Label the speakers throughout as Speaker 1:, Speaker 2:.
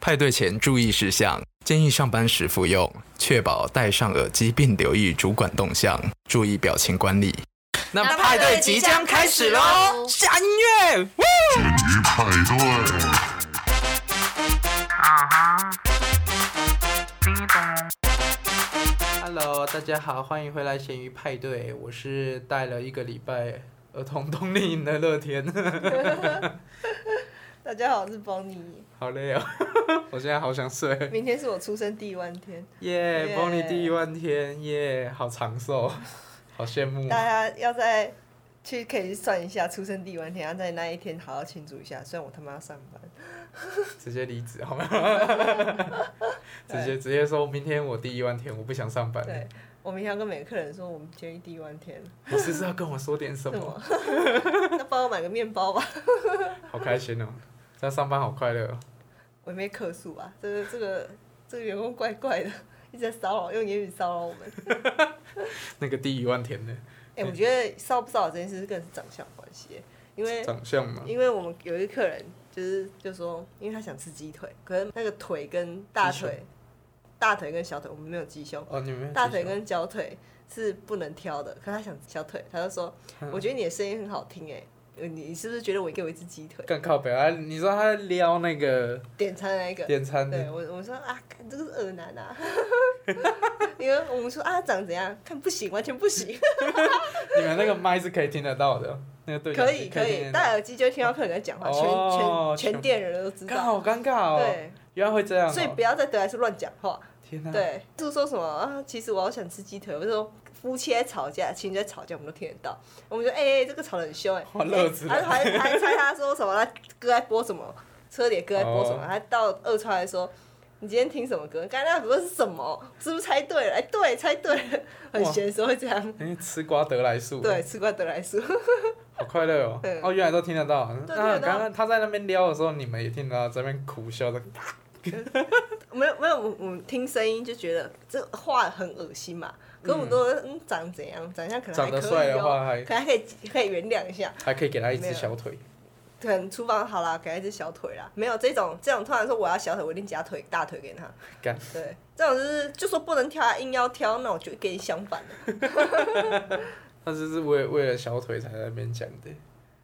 Speaker 1: 派对前注意事项：建议上班时服用，确保戴上耳机并留意主管动向，注意表情管理。那
Speaker 2: 那派对即将开始喽
Speaker 1: 下音乐。
Speaker 3: 鱼派对。
Speaker 4: Hello，大家好，欢迎回来咸鱼派对，我是带了一个礼拜儿童冬令营的乐天，
Speaker 2: 大家好，我是邦尼，
Speaker 4: 好累哦， 我现在好想睡。
Speaker 2: 明天是我出生第一万天，
Speaker 4: 耶，
Speaker 2: 耶
Speaker 4: 帮你第一万天，耶、好长寿，好羡慕。
Speaker 2: 大家要在去可以去算一下出生第一万天，要在那一天好好庆祝一下。虽然我他妈要上班，
Speaker 4: 直接离职 好吗？直接直接说，明天我第一万天，我不想上班
Speaker 2: 对
Speaker 4: 了。
Speaker 2: 我明天要跟每个客人说，我们今天第一万天，
Speaker 4: 你是不是要跟我说点什
Speaker 2: 什
Speaker 4: 么
Speaker 2: 么？？那帮我买 个面包吧，
Speaker 4: 好开心哦，在上班好快乐、哦。
Speaker 2: 我也没客诉啊，这个这个这个员工怪怪的，一直在骚扰，用言语骚扰我们。
Speaker 4: 那个第一万天的
Speaker 2: 哎、我觉得骚不骚扰这件事更是长相关系，因为
Speaker 4: 长相嘛，
Speaker 2: 因为我们有一个客人就是就说，因为他想吃鸡腿，可是那个腿跟大
Speaker 4: 鸡
Speaker 2: 腿、大腿跟小腿，我们没有嗯鸡胸，
Speaker 4: 哦，你们
Speaker 2: 大腿跟小腿是不能挑的。可是他想小腿，他就说：“我觉得你的声音很好听、欸，哎，你是不是觉得我给我一只鸡腿
Speaker 4: 更靠北啊！你说他撩那个
Speaker 2: 点餐那一个？”
Speaker 4: 点餐的
Speaker 2: 对我我说啊，干这个是恶男 啊，因为我们说啊长怎样，看不行，完全不 行，
Speaker 4: 你们那个麦是可以听得到的，哦那个对讲
Speaker 2: 可
Speaker 4: 机
Speaker 2: 以
Speaker 4: 可
Speaker 2: 可
Speaker 4: 以听
Speaker 2: 以，
Speaker 4: 得
Speaker 2: 戴
Speaker 4: 到。
Speaker 2: 耳机就会听到客人在讲话，
Speaker 4: 哦全
Speaker 2: 全全全店人都知
Speaker 4: 看
Speaker 2: 道，
Speaker 4: 好尴尬哦，
Speaker 2: 对。
Speaker 4: 原来会这样、哦。
Speaker 2: 所以不要在德莱斯乱讲话。
Speaker 4: 天哪、
Speaker 2: 对，就是说什么啊？其实我好想吃鸡腿。我就说夫妻在吵架，情侣在吵架，我们都听得到。我们就哎、欸，这个吵得很凶哎、 欸。
Speaker 4: 哇乐子啊
Speaker 2: 还还还猜他说什么？他歌在播什么？车里的歌在播什么？
Speaker 4: 哦
Speaker 2: 还到二川来说。你今天听什么歌？刚才那首歌是什么？是不是猜对了？哎、对，猜对了， 很
Speaker 4: 哇
Speaker 2: 闲的时候会这样。
Speaker 4: 哎、吃瓜得来速，
Speaker 2: 对，，吃瓜得来速。
Speaker 4: 好快乐哦
Speaker 2: 对。
Speaker 4: 哦，原来都听得到。
Speaker 2: 对
Speaker 4: 那
Speaker 2: 听得到
Speaker 4: 刚刚他在那边撩的时候，你们也听得到，在那边苦笑的。
Speaker 2: 没有没有，我我们听声音就觉得这话很恶心嘛。可我们都嗯长怎样，长相可能还
Speaker 4: 长得
Speaker 2: 可
Speaker 4: 帅
Speaker 2: 以
Speaker 4: 的
Speaker 2: 哦、
Speaker 4: 话还
Speaker 2: 可能还可以可以原谅一下。
Speaker 4: 还可以给他一只小腿，
Speaker 2: 可能厨房好啦，给他一只小腿啦。没有这种这种，突然说我要小腿，我一定夹腿大腿给他。
Speaker 4: 干
Speaker 2: 对，这种就是就说不能挑，他硬要挑，那我就给你相反的。
Speaker 4: 他就是为为了小腿才在那边讲的，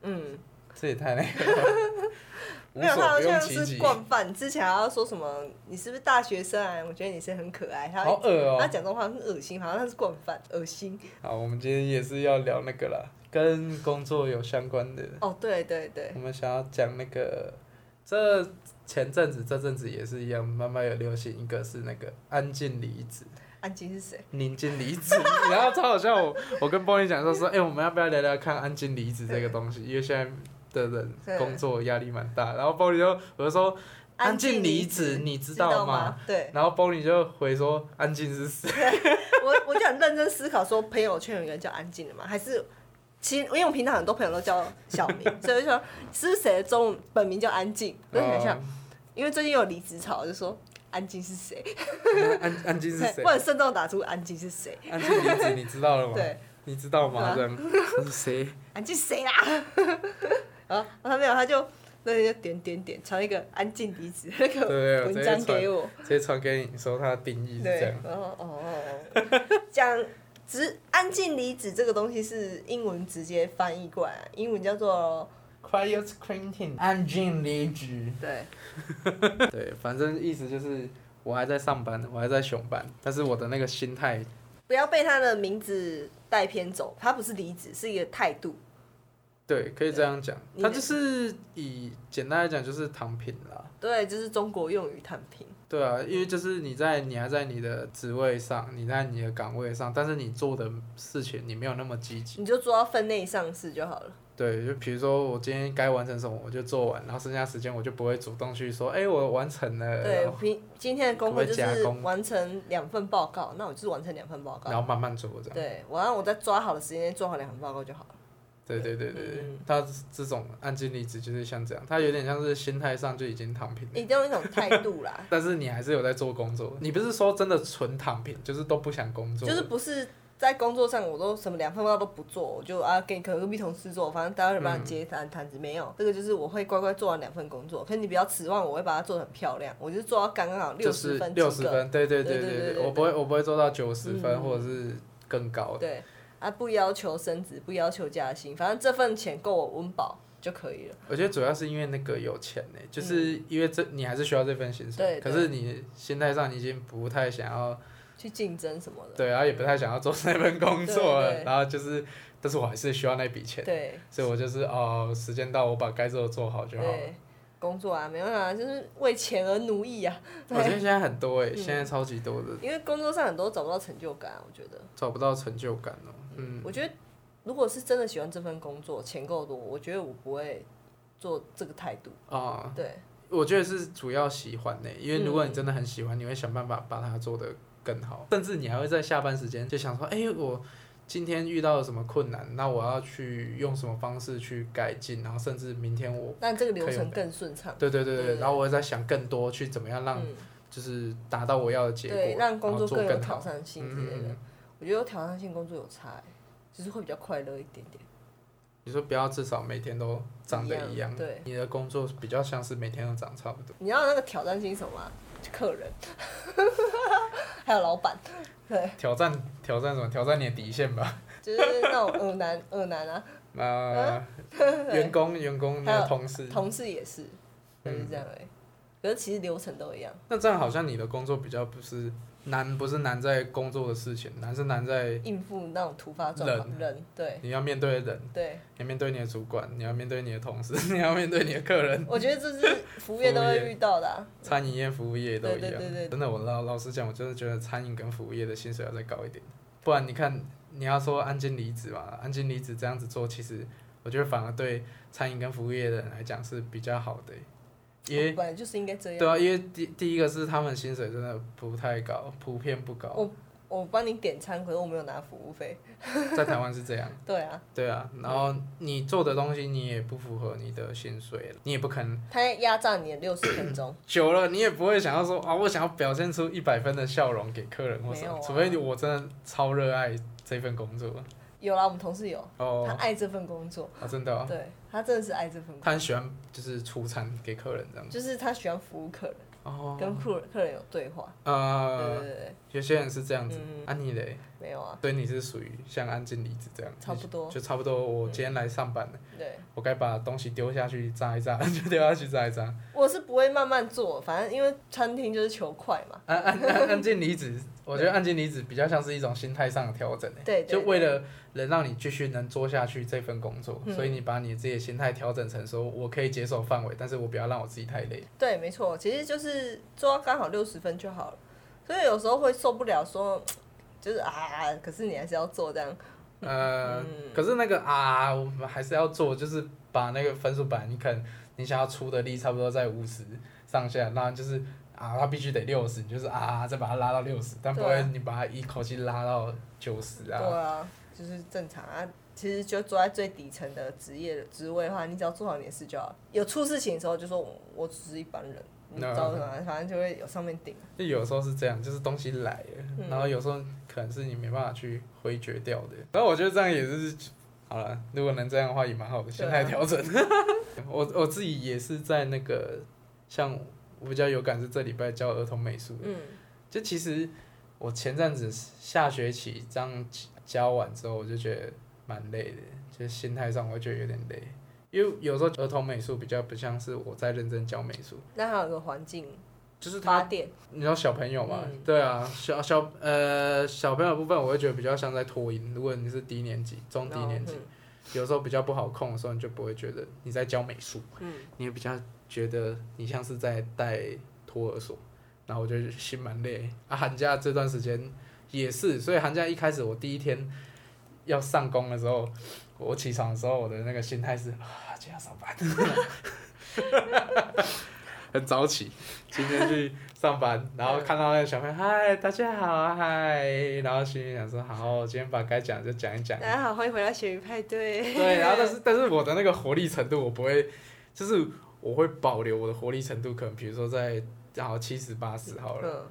Speaker 2: 嗯，
Speaker 4: 这也太那个了，无
Speaker 2: 没有，他
Speaker 4: 所
Speaker 2: 好
Speaker 4: 不用
Speaker 2: 像
Speaker 4: 其
Speaker 2: 是
Speaker 4: 极，
Speaker 2: 惯犯。之前还要说什么你是不是大学生啊？我觉得你是很可爱。他、
Speaker 4: 好恶哦、
Speaker 2: 他讲这种话很恶心，好像他是惯犯，恶心。
Speaker 4: 好，我们今天也是要聊那个啦，跟工作有相关的。
Speaker 2: 哦，对对对
Speaker 4: 我，们想要讲那个，这前阵子这阵子也是一样，慢慢有流行一个是那个安静离职、
Speaker 2: 安静是谁？
Speaker 4: 宁静离职，然后超好笑。我我跟 b o n n 讲说说，哎、我们要不要聊聊看安静离职这个东西？因为现在的人
Speaker 2: 对
Speaker 4: 工作压力蛮大。然后 b o n n 就我就说安静离职，你知
Speaker 2: 知
Speaker 4: 道
Speaker 2: 吗
Speaker 4: 吗？？
Speaker 2: 对，
Speaker 4: 然后 b o n n 就回说安静是谁？
Speaker 2: 我我就很认真思考说，朋友圈有一个人叫安静的吗？还是其实因为我平常很多朋友都叫小名，所以我就说是不是谁的中文本名叫安静？我就想一
Speaker 4: 哦
Speaker 2: 下，因为最近有离职潮，我就说安静是谁？
Speaker 4: 嗯安安静是谁 哦
Speaker 2: 对，我？很慎重打出安静是谁？
Speaker 4: 安静离职，你知道了吗？
Speaker 2: 对，
Speaker 4: 你知道吗？
Speaker 2: 啊
Speaker 4: 这样，他是谁？
Speaker 2: 安静谁啦？ 然后他没有，他就那天就点点点传一个安静离职那
Speaker 4: 对
Speaker 2: 个文章给我，
Speaker 4: 直接传给你说他的定义是这
Speaker 2: 对
Speaker 4: 样，。
Speaker 2: 然后哦哦哦，讲直安静离职这个东西是英文直接翻译过来，英文叫做
Speaker 4: Quiet quitting，安静离职。
Speaker 2: 对。
Speaker 4: 对，反正意思就是我还在上班，我还在熊班，但是我的那个心态，
Speaker 2: 不要被他的名字带偏走，他不是离职，是一个态度。
Speaker 4: 对，可以这样讲，
Speaker 2: 你
Speaker 4: 他
Speaker 2: 的
Speaker 4: 就是以简单来讲就是躺平啦。
Speaker 2: 对，就是中国用语躺平。
Speaker 4: 对啊，因为就是你在你还在你的职位上，你在你的岗位上，但是你做的事情你没有那么积极。
Speaker 2: 你就做到分内上市就好了。
Speaker 4: 对，就比如说我今天该完成什么我就做完，然后剩下时间我就不会主动去说，哎、我完成了，
Speaker 2: 对
Speaker 4: 然后，
Speaker 2: 平今天的功课就
Speaker 4: 哦可不可以
Speaker 2: 是
Speaker 4: 加工
Speaker 2: 完成两份报告，那我就是完成两份报
Speaker 4: 然
Speaker 2: 告。
Speaker 4: 后慢慢做这样。
Speaker 2: 对，我让我在抓好的时间内做好两份报告就好了。
Speaker 4: 对对对对对
Speaker 2: 嗯，
Speaker 4: 他这种按斤离职就是像这样，他有点像是心态上就已经躺平了，，
Speaker 2: 欸一定要有一种态度啦
Speaker 4: 但是你还是有在做工作，你不是说真的纯躺平，就是都不想工作，
Speaker 2: 就是不是在工作上我都什么两份报告都不做，我就啊给可能隔壁同事做，反正大家有帮
Speaker 4: 嗯
Speaker 2: 你接摊摊子没有，这个就是我会乖乖做完两份工作，可是你不要指望我会把它做的很漂亮，我就是做到刚刚好
Speaker 4: 就
Speaker 2: 六
Speaker 4: 是
Speaker 2: 十分
Speaker 4: 六
Speaker 2: 及
Speaker 4: 十
Speaker 2: 格，
Speaker 4: 分，对对
Speaker 2: 对对对
Speaker 4: 对
Speaker 2: 对
Speaker 4: 我不会我不会做到九十分
Speaker 2: 嗯
Speaker 4: 或者是更高的。
Speaker 2: 对啊，不要求升职，不要求加薪，反正这份钱够我温饱就可以了。
Speaker 4: 我觉得主要是因为那个有钱呢、就是因为这你还是需要这份薪水，
Speaker 2: 嗯对对
Speaker 4: 可是你心态上你已经不太想要
Speaker 2: 去竞争什么的，
Speaker 4: 对，然后也不太想要做那份工作
Speaker 2: 对
Speaker 4: 了，
Speaker 2: 对
Speaker 4: 然后就是，但是我还是需要那笔钱，
Speaker 2: 对
Speaker 4: 所以我就是哦，时间到我把该做的做好就好了
Speaker 2: 对。，工作啊，没办法，就是为钱而奴役啊。
Speaker 4: 我觉得
Speaker 2: 对，
Speaker 4: 现在很多哎、
Speaker 2: 嗯
Speaker 4: 现在超级多的，
Speaker 2: 因为工作上很多找不到成就感啊，我觉得，
Speaker 4: 找不到成就感哦、嗯，
Speaker 2: 我觉得如果是真的喜欢这份工作，钱够多，我觉得我不会做这个态度。
Speaker 4: 啊、
Speaker 2: 对，
Speaker 4: 我觉得是主要喜欢呢、因为如果
Speaker 2: 嗯
Speaker 4: 你真的很喜欢，你会想办法把它做得更好，甚至你还会在下班时间就想说，哎、我今天遇到了什么困难，那我要去用什么方式去改进，然后甚至明天我，
Speaker 2: 让这个流程更顺畅。
Speaker 4: 对对对
Speaker 2: 对
Speaker 4: 对，然后我会在想更多去怎么样让
Speaker 2: 嗯，
Speaker 4: 就是达到我要的结果，
Speaker 2: 对，让工
Speaker 4: 然后
Speaker 2: 作
Speaker 4: 做
Speaker 2: 更有
Speaker 4: 更
Speaker 2: 挑
Speaker 4: 好。
Speaker 2: 战性之类
Speaker 4: 嗯
Speaker 2: 的。
Speaker 4: 嗯嗯
Speaker 2: 我觉得有挑战性工作有差、欸，就是会比较快乐一点点。
Speaker 4: 你说不要至少每天都长得
Speaker 2: 一
Speaker 4: 一
Speaker 2: 样
Speaker 4: 样，
Speaker 2: 对
Speaker 4: 你的工作比较像是每天都长差不多。
Speaker 2: 你知道那个挑战性是什么吗？就客人， 还有老板，对，
Speaker 4: 挑战挑战什么？挑战你的底线吧。
Speaker 2: 就是那种恶男恶男啊，
Speaker 4: 那 员工员工
Speaker 2: 嗯还
Speaker 4: 那
Speaker 2: 有
Speaker 4: 个同事，
Speaker 2: 同事也是，
Speaker 4: 嗯
Speaker 2: 就是这样哎、可是其实流程都一样，
Speaker 4: 那这样好像你的工作比较不是难，不是难在工作的事情，难是难在
Speaker 2: 应付那种突发状况，人对
Speaker 4: 你要面对人，
Speaker 2: 对，
Speaker 4: 你要面对你的主管，你要面对你的同事， 你要面对你的客人，
Speaker 2: 我觉得这是服务业都会遇到的、啊，
Speaker 4: 餐饮业、服务业都一样。
Speaker 2: 对对对对
Speaker 4: 真的，我老老实讲，我真的觉得餐饮跟服务业的薪水要再高一点，不然你看你要说安静离职嘛，安静离职这样子做，其实我觉得反而对餐饮跟服务业的人来讲是比较好的、因为
Speaker 2: 本来就是应该这
Speaker 4: 对
Speaker 2: 样。
Speaker 4: 啊，因为第第一个是他们薪水真的不太高，普遍不
Speaker 2: 哦
Speaker 4: 高，
Speaker 2: 我帮你点餐，可是我没有拿服务费，
Speaker 4: 在台湾是这样。
Speaker 2: 对啊，
Speaker 4: 对啊，然后你做的东西你也不符合你的薪水，你也不可能
Speaker 2: 他压榨你的六十分钟，
Speaker 4: 久了，你也不会想要说啊，我想要表现出一百分的笑容给客人或什
Speaker 2: 没有
Speaker 4: 么，
Speaker 2: 啊
Speaker 4: 除非你我真的超热爱这份工作
Speaker 2: 有啦，我们同事有，
Speaker 4: 哦
Speaker 2: 他，爱这份工作，
Speaker 4: 啊真的、哦，
Speaker 2: 对他真的是爱这份工作，
Speaker 4: 他很喜欢就是出餐给客人这样子
Speaker 2: 就是他喜欢服务客人，
Speaker 4: 哦，
Speaker 2: 跟客人客人有对话，对对
Speaker 4: 呃，
Speaker 2: 对对，
Speaker 4: 有些人是这样子，
Speaker 2: 嗯
Speaker 4: 啊你嘞，
Speaker 2: 没有啊，
Speaker 4: 所以你是属于像安静离职这样，
Speaker 2: 差不多嗯
Speaker 4: 就差不多。我今天来上班了，
Speaker 2: 对，
Speaker 4: 我该把东西丢下去炸一炸，就丢下去炸一炸。
Speaker 2: 我是不会慢慢做，反正因为餐厅就是求快嘛，
Speaker 4: 安安安安静离职，我觉得安静离职比较像是一种心态上的调整、欸，
Speaker 2: 对对
Speaker 4: 就为了能让你继续能做下去这份工作，
Speaker 2: 嗯
Speaker 4: 所以你把你自己的心态调整成说，我可以接受范围，但是我不要让我自己太累。
Speaker 2: 对，没错，其实就是做到刚好六十分就好了。所以有时候会受不了说，就是啊，可是你还是要做这样。嗯
Speaker 4: 呃，可是那个啊，我们还是要做，就是把那个分数板，你可能你想要出的力差不多在五十上下，那就是啊，它必须得六十，你就是啊，再把它拉到六十，但不
Speaker 2: 对
Speaker 4: 会
Speaker 2: 啊
Speaker 4: 你把它一口气拉到九十
Speaker 2: 对
Speaker 4: 啊。
Speaker 2: 啊，就是正常啊。其实就坐在最底层的职业职位的话，你只要做好你的事就好。有出事情的时候，就说我我只是一般人，你
Speaker 4: 那
Speaker 2: 找什么，反正就会有上面顶。
Speaker 4: 就有时候是这样，就是东西来了，
Speaker 2: 嗯
Speaker 4: 然后有时候可能是你没办法去回绝掉的。然后我觉得这样也是好了，如果能这样的话也蛮好的，
Speaker 2: 对
Speaker 4: 心
Speaker 2: 啊
Speaker 4: 态调整。我我自己也是在那个，像我比较有感是这礼拜教儿童美术，
Speaker 2: 嗯，
Speaker 4: 就其实我前阵子下学期这样教完之后，我就觉得蛮累的，就是心态上我会觉得有点累，因为有时候儿童美术比较不像是我在认真教美术，
Speaker 2: 那还有个环境嗯
Speaker 4: 就是他
Speaker 2: 发电，
Speaker 4: 你知道小朋友嘛？
Speaker 2: 嗯
Speaker 4: 对啊，小小呃小朋友的部分，我会觉得比较像在拖音。如果你是低年级、中低年级，
Speaker 2: 嗯
Speaker 4: 有时候比较不好控的时候，你就不会觉得你在教美术，
Speaker 2: 嗯，
Speaker 4: 你会比较觉得你像是在带托儿所。然后我就心蛮累啊，寒假这段时间也是，所以寒假一开始我第一天要上工的时候，我起床的时候，我的那个心态是啊，今天要上班，很早起，今天去上班，然后看到那个小朋友，嗨，大家好，嗨，然后心里想说，好，我今天把该讲的就讲一讲，
Speaker 2: 大家好，欢迎回到咸鱼派对。
Speaker 4: 对，然后但是但是我的那个活力程度，我不会，就是我会保留我的活力程度，可能比如说在然后七十八十好了，
Speaker 2: 嗯，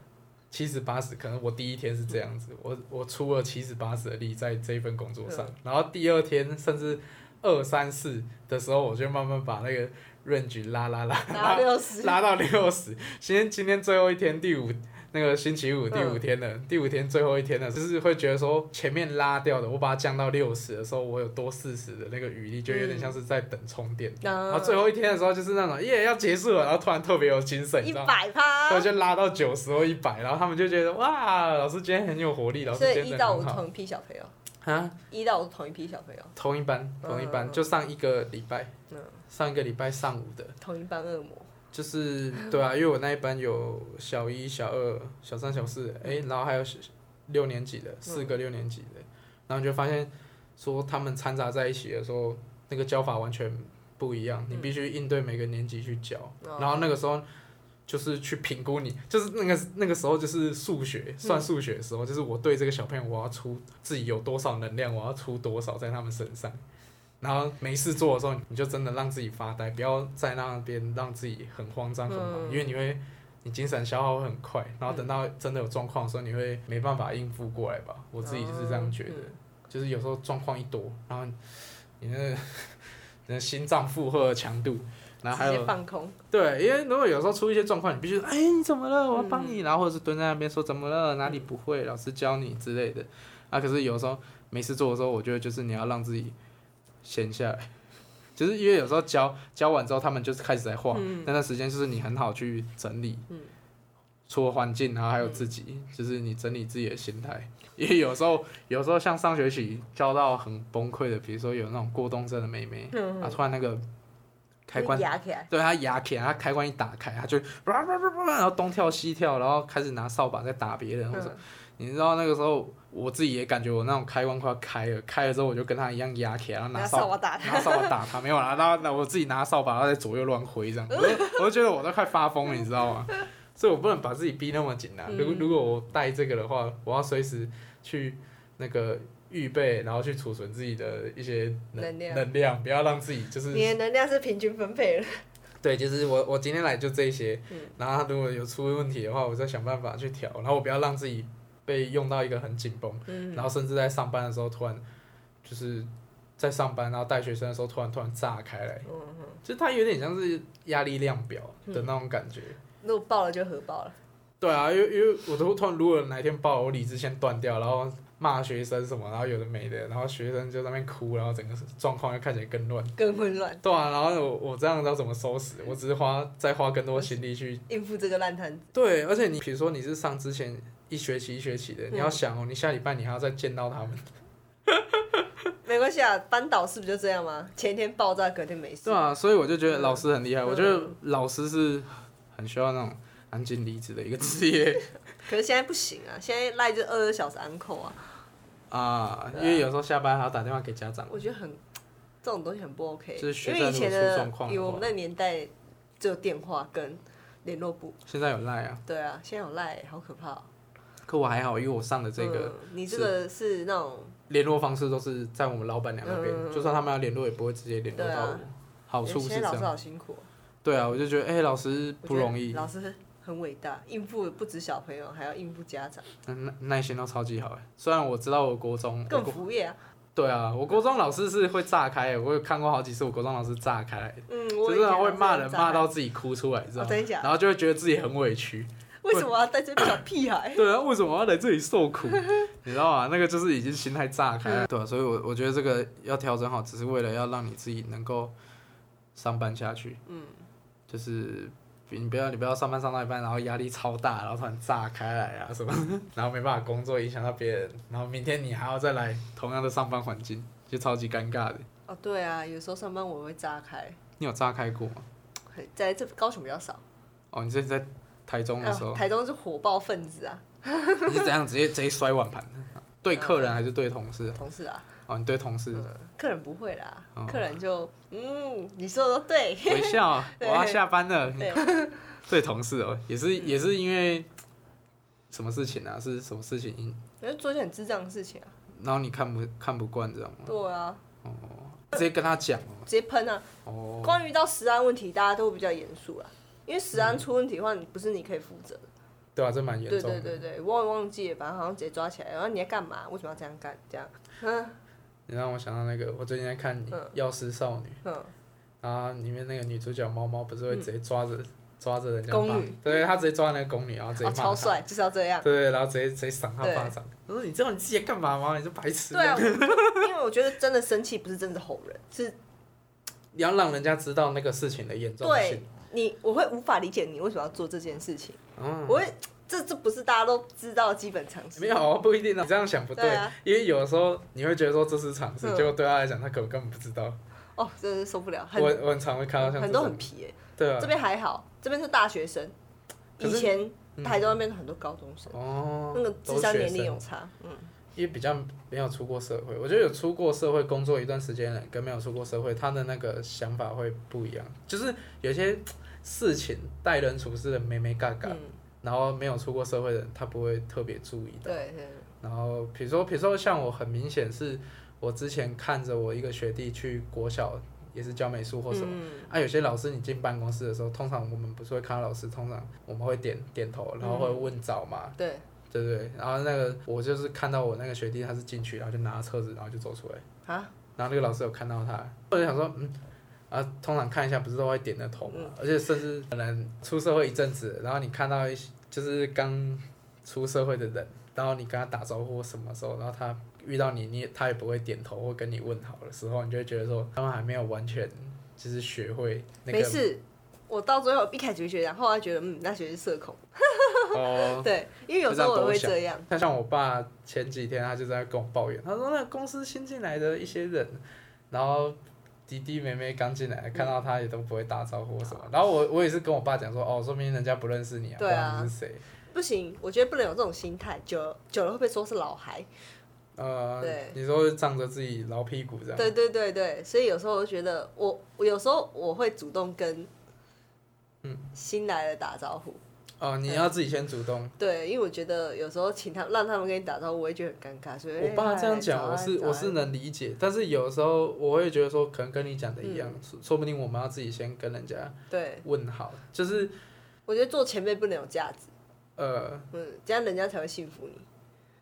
Speaker 4: 七十八十，可能我第一天是这样子，我我出了七十八十的力在这一份工作上，然后第二天甚至二三四的时候，我就慢慢把那个 range 拉拉拉
Speaker 2: 拿六十，
Speaker 4: 拉到六十。今天今天最后一天，第五那个星期五第五天
Speaker 2: 嗯
Speaker 4: 了，第五天最后一天了，就是会觉得说前面拉掉的，我把它降到六十的时候，我有多四十的那个余力，就有点像是在等充电。
Speaker 2: 嗯
Speaker 4: 然后最后一天的时候，就是那种耶要结束了，然后突然特别有精神，你
Speaker 2: 一
Speaker 4: 知道吗？
Speaker 2: 百趴
Speaker 4: 对，，就拉到九十或一百，然后他们就觉得哇，老师今天很有活力，老师
Speaker 2: 所
Speaker 4: 今
Speaker 2: 以
Speaker 4: 天
Speaker 2: 一
Speaker 4: 人
Speaker 2: 到五
Speaker 4: 很好
Speaker 2: 同一批小朋友，
Speaker 4: 啊，
Speaker 2: 一到五同一批小朋友，
Speaker 4: 同一班，同一班，
Speaker 2: 嗯
Speaker 4: 就上一个礼拜
Speaker 2: 嗯，
Speaker 4: 上一个礼拜上午的，
Speaker 2: 同一班恶魔，
Speaker 4: 就是对啊，因为我那一班有小一、小二、小三、小四，哎、然后还有小六年级
Speaker 2: 嗯
Speaker 4: 的，四个六年级的，然后你就发现说他们掺杂在一起的时候，那个教法完全不一样，你必须应对每个年级去教，
Speaker 2: 嗯哦
Speaker 4: 然后那个时候。就是去评估你，就是那个那个时候就是数学
Speaker 2: 嗯
Speaker 4: 算数学的时候，就是我对这个小朋友我要出自己有多少能量，我要出多少在他们身上，然后没事做的时候，你就真的让自己发呆，不要在那边让自己很慌张很忙，
Speaker 2: 嗯
Speaker 4: 因为你会你精神消耗会很快，然后等到真的有状况的时候，你会没办法应付过来吧？我自己就是这样觉
Speaker 2: 哦
Speaker 4: 得，
Speaker 2: 嗯
Speaker 4: 就是有时候状况一多，然后你那个 你的心脏负荷的强度，然后还
Speaker 2: 直接
Speaker 4: 有
Speaker 2: 放空，
Speaker 4: 对，因为如果有时候出一些状况，你必须哎、你怎么了？我要帮
Speaker 2: 嗯
Speaker 4: 你，然后或者是蹲在那边说怎么了，哪里不会，老师教你之类的。啊，可是有时候没事做的时候，我觉得就是你要让自己闲下来， 就是因为有时候教教完之后，他们就是开始在画，那段时间就是你很好去整理，
Speaker 2: 嗯
Speaker 4: 除了环境，然后还有自己，就是你整理自己的心态。 因为有时候有时候像上学期教到很崩溃的，比如说有那种过动症的妹妹，
Speaker 2: 嗯
Speaker 4: 啊，突然那个开关
Speaker 2: 压起来，
Speaker 4: 对他牙起来，他开关一打开，他就叭叭叭叭叭，然后东跳西跳，然后开始拿扫把在打别人。我说，
Speaker 2: 嗯
Speaker 4: 你知道那个时候我自己也感觉我那种开关快要开了，开了之后我就跟他一样牙起来，然后拿
Speaker 2: 拿
Speaker 4: 扫
Speaker 2: 扫把打他，
Speaker 4: 拿扫把打他，没有啦，然后然后我自己拿扫把，然后在左右乱挥这样，我就我就觉得我都快发疯了，你知道 吗？所以我不能把自己逼那么紧啊。如
Speaker 2: 嗯
Speaker 4: 果如果我带这个的话，我要随时去那个预备，然后去储存自己的一些
Speaker 2: 能量
Speaker 4: 能量，不要让自己就是
Speaker 2: 你的能量是平均分配的，
Speaker 4: 对，就是我我今天来就这些，
Speaker 2: 嗯
Speaker 4: 然后他如果有出问题的话，我再想办法去调，然后我不要让自己被用到一个很紧绷，
Speaker 2: 嗯
Speaker 4: 然后甚至在上班的时候突然就是在上班，然后带学生的时候突然突然炸开来，
Speaker 2: 嗯
Speaker 4: 就它有点像是压力量表的那种感觉。
Speaker 2: 如果爆了就核爆了，
Speaker 4: 对啊，因为因为我都突然如果哪一天爆了，我理智先断掉，然后骂学生什么，然后有的没的，然后学生就在那边哭，然后整个状况又看起来更乱。
Speaker 2: 更混乱，
Speaker 4: 对啊，然后我我这样要怎么收拾？我只是花再花更多心力去
Speaker 2: 应付这个烂摊子，
Speaker 4: 对，而且你比如说你是上之前一学期一学期的，你要
Speaker 2: 嗯
Speaker 4: 想哦，你下礼拜你还要再见到他们。
Speaker 2: 没关系啊，班导是不是就这样吗？前一天爆炸，隔天没事
Speaker 4: 对，啊，所以我就觉得老师很厉害，我觉得
Speaker 2: 嗯
Speaker 4: 老师是很需要那种安静离职的一个职 业
Speaker 2: 可是现在不行啊，现在赖着二十二小时安扣啊，
Speaker 4: 啊，因为有时候下班还要打电话给家长。
Speaker 2: 我觉得很这种东西很不 OK，
Speaker 4: 就是学
Speaker 2: 因
Speaker 4: 生
Speaker 2: 为以前
Speaker 4: 如果出
Speaker 2: 的
Speaker 4: 状况的
Speaker 2: 以我
Speaker 4: 话
Speaker 2: 们那年代只有电话跟联络部，
Speaker 4: 现在有赖啊，
Speaker 2: 对啊，现在有赖，好可怕、哦。
Speaker 4: 可我还好，因为我上的这个
Speaker 2: 嗯、你这个是那种
Speaker 4: 联络方式都是在我们老板娘那边，
Speaker 2: 嗯
Speaker 4: 就算他们要联络也不会直接联络
Speaker 2: 对
Speaker 4: 到
Speaker 2: 啊
Speaker 4: 我。好处是
Speaker 2: 现在
Speaker 4: 这
Speaker 2: 老师
Speaker 4: 样，
Speaker 2: 好辛苦哦，
Speaker 4: 对啊，我就觉得哎、老师
Speaker 2: 我
Speaker 4: 不
Speaker 2: 觉得
Speaker 4: 容易，
Speaker 2: 老师很伟大，应付不止小朋友，还要应付家长，
Speaker 4: 嗯耐耐心都超级好。欸虽然我知道我国中，我
Speaker 2: 更
Speaker 4: 国
Speaker 2: 服务业啊。
Speaker 4: 对啊，我国中老师是会炸开的，我有看过好几次我国中老师炸开来的，
Speaker 2: 嗯，
Speaker 4: 就
Speaker 2: 我
Speaker 4: 是
Speaker 2: 以前
Speaker 4: 会骂
Speaker 2: 老
Speaker 4: 人
Speaker 2: 师很
Speaker 4: 骂
Speaker 2: 渣
Speaker 4: 到自己哭出来，你知道
Speaker 2: 哦
Speaker 4: 吗？
Speaker 2: 真的假的
Speaker 4: 然后就会觉得自己很委屈，
Speaker 2: 为什么要带这小屁孩？
Speaker 4: 对啊，为什么我要来这里受苦？你知道吗？那个就是已经心态炸开
Speaker 2: 嗯
Speaker 4: 了，对啊，所以我我觉得这个要调整好，只是为了要让你自己能够上班下去，
Speaker 2: 嗯，
Speaker 4: 就是。你不要，你不要上班上到一半，然后压力超大，然后突然炸开来啊什么， 然后没办法工作，影响到别人，然后明天你还要再来同样的上班环境，就超级尴尬的。
Speaker 2: 哦，对啊，有时候上班我会炸开，
Speaker 4: 你有炸开过吗？
Speaker 2: 很在这高雄比较少。
Speaker 4: 哦，你是在台中的时候
Speaker 2: 啊，台中是火爆分子啊，
Speaker 4: 你是怎样直接直接摔碗盘的？对客人还是对同事？
Speaker 2: 同事啊，
Speaker 4: 哦，你对同事
Speaker 2: 嗯，客人不会啦，
Speaker 4: 哦
Speaker 2: 客人就嗯，你说的都对，
Speaker 4: 微笑，啊我
Speaker 2: 对
Speaker 4: 要下班了。
Speaker 2: 对，
Speaker 4: 对同事哦，也是也是因为什么事情啊？是什么事情因？
Speaker 2: 我就做一些很智障的事情啊，
Speaker 4: 然后你看不看不惯这样吗？
Speaker 2: 对啊，
Speaker 4: 直接跟他讲哦。
Speaker 2: 直接喷啊。
Speaker 4: 哦，
Speaker 2: 关于到食安问题，大家都比较严肃啦，因为食安出问题的话，你不是你可以负责的，
Speaker 4: 对啊吧、这蛮嗯严
Speaker 2: 对
Speaker 4: 重的。
Speaker 2: 对对对，忘忘记了，反正好像直接抓起来，然后你在干嘛？为什么要这样干？这样，嗯
Speaker 4: 你让我想到那个，我最近在看
Speaker 2: 嗯
Speaker 4: 《药师少女》，
Speaker 2: 嗯，
Speaker 4: 然后里面那个女主角猫猫不是会直接抓着、抓着人家
Speaker 2: 宫
Speaker 4: 骂
Speaker 2: 女，
Speaker 4: 对，她直接抓那个宫女，然后直接
Speaker 2: 哦，
Speaker 4: 骂她，
Speaker 2: 超帅，就是要这样。
Speaker 4: 对，然后直接直接赏她
Speaker 2: 对
Speaker 4: 巴掌。我说你知道你自己在干嘛吗？你是白痴。
Speaker 2: 对啊，我因为我觉得真的生气不是真的吼人，是
Speaker 4: 你要让人家知道那个事情的严重
Speaker 2: 对
Speaker 4: 性。
Speaker 2: 你，我会无法理解你为什么要做这件事情。
Speaker 4: 嗯，
Speaker 2: 我会，这这不是大家都知道的基本常识。
Speaker 4: 没有，不一定啊。你这样想不对，
Speaker 2: 对啊
Speaker 4: 因为有的时候你会觉得说这是常识，
Speaker 2: 嗯
Speaker 4: 结果对他来讲，他可能根本不知道。
Speaker 2: 哦，真的是受不了，很
Speaker 4: 我呃我很常会看到像
Speaker 2: 很
Speaker 4: 这
Speaker 2: 多
Speaker 4: 种
Speaker 2: 很皮哎、
Speaker 4: 对啊
Speaker 2: 这，边还好，这边是大学生，
Speaker 4: 可
Speaker 2: 以
Speaker 4: 是
Speaker 2: 前
Speaker 4: 嗯
Speaker 2: 台中那边很多高中生，
Speaker 4: 哦，
Speaker 2: 那个
Speaker 4: 都
Speaker 2: 智
Speaker 4: 是
Speaker 2: 商
Speaker 4: 学
Speaker 2: 年龄
Speaker 4: 生
Speaker 2: 有差，嗯，
Speaker 4: 因为比较没有出过社会，我觉得有出过社会工作一段时间的人跟没有出过社会，他的那个想法会不一样。就是有些事情待人处事的没没嘎嘎，
Speaker 2: 嗯，
Speaker 4: 然后没有出过社会的人他不会特别注意到。
Speaker 2: 对对，
Speaker 4: 然后比如说比如说像我很明显是我之前看着我一个学弟去国小也是教美术或什么。
Speaker 2: 嗯，
Speaker 4: 啊，有些老师你进办公室的时候，通常我们不是会看到老师，通常我们会点点头，然后会问早嘛，
Speaker 2: 嗯对，
Speaker 4: 对对，对然后那个我就是看到我那个学弟他是进去，然后就拿车子，然后就走出来，
Speaker 2: 啊，
Speaker 4: 然后那个老师有看到他，我就想说，嗯，啊，通常看一下不是都会点个头嘛，而且甚至可能出社会一阵子，然后你看到一些就是刚出社会的人，然后你跟他打招呼什么时候，然后他遇到你，你也他也不会点头或跟你问好的时候，你就会觉得说 他们还没有完全就是学会那个
Speaker 2: 没事。我到最后一开始就觉得这样，后来觉得嗯，那学是社恐，
Speaker 4: 哦，
Speaker 2: 对，因为有时候我会这样，
Speaker 4: 他像我爸前几天他就在跟我抱怨，他说那公司新进来的一些人，然后弟弟妹妹刚进来，看到他也都不会打招呼什么。然后我我也是跟我爸讲说，哦，说明人家不认识你啊，不
Speaker 2: 嗯对
Speaker 4: 知
Speaker 2: 啊
Speaker 4: 道你是谁。
Speaker 2: 不行，我觉得不能有这种心态，久了久了会被说是老孩，
Speaker 4: 呃
Speaker 2: 对，
Speaker 4: 你说仗着自己老屁股这样，
Speaker 2: 对对对对，所以有时候我就觉得我，我有时候我会主动跟
Speaker 4: 嗯
Speaker 2: 新来的打招呼，
Speaker 4: 哦、你要自己先主动。
Speaker 2: 对，因为我觉得有时候请他让他们跟你打招呼，我会觉得很尴尬，所以哎
Speaker 4: 我爸这样讲，我是我是
Speaker 2: 能
Speaker 4: 能理解，但是有时候我会觉得说，可能跟你讲的一样，说说不定我们要自己先跟人家
Speaker 2: 嗯对，
Speaker 4: 问好，就是
Speaker 2: 我觉得做前辈不能有价值，
Speaker 4: 呃，
Speaker 2: 嗯，这样人家才会信服你，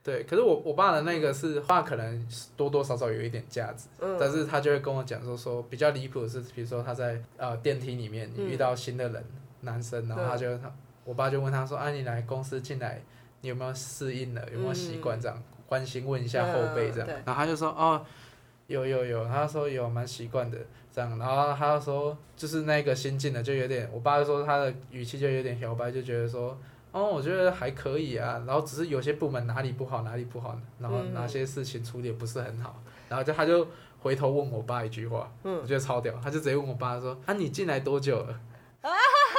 Speaker 4: 对，可是我我爸的那个是话，可能多多少少有一点价值，
Speaker 2: 嗯，
Speaker 4: 但是他就会跟我讲说说比较离谱的是，比如说他在呃电梯里面你遇到新的人、男生，然后他就他我爸就问他说，啊你来公司进来，你有没有适应了，有没有习惯这样、关心问一下后辈这样，
Speaker 2: 嗯对
Speaker 4: 然后他就说哦有有有，他说有蛮习惯的这样，然后他就说哦就是那个新进的就有点，我爸就说他的语气就有点小白，就觉得说。哦，我觉得还可以啊，然后只是有些部门哪里不好哪里不好，然后
Speaker 2: 嗯
Speaker 4: 哪些事情处理得不是很好，然后就他就回头问我爸一句话，
Speaker 2: 嗯
Speaker 4: 我觉得超屌，他就直接问我爸说：“啊，你进来多久了？”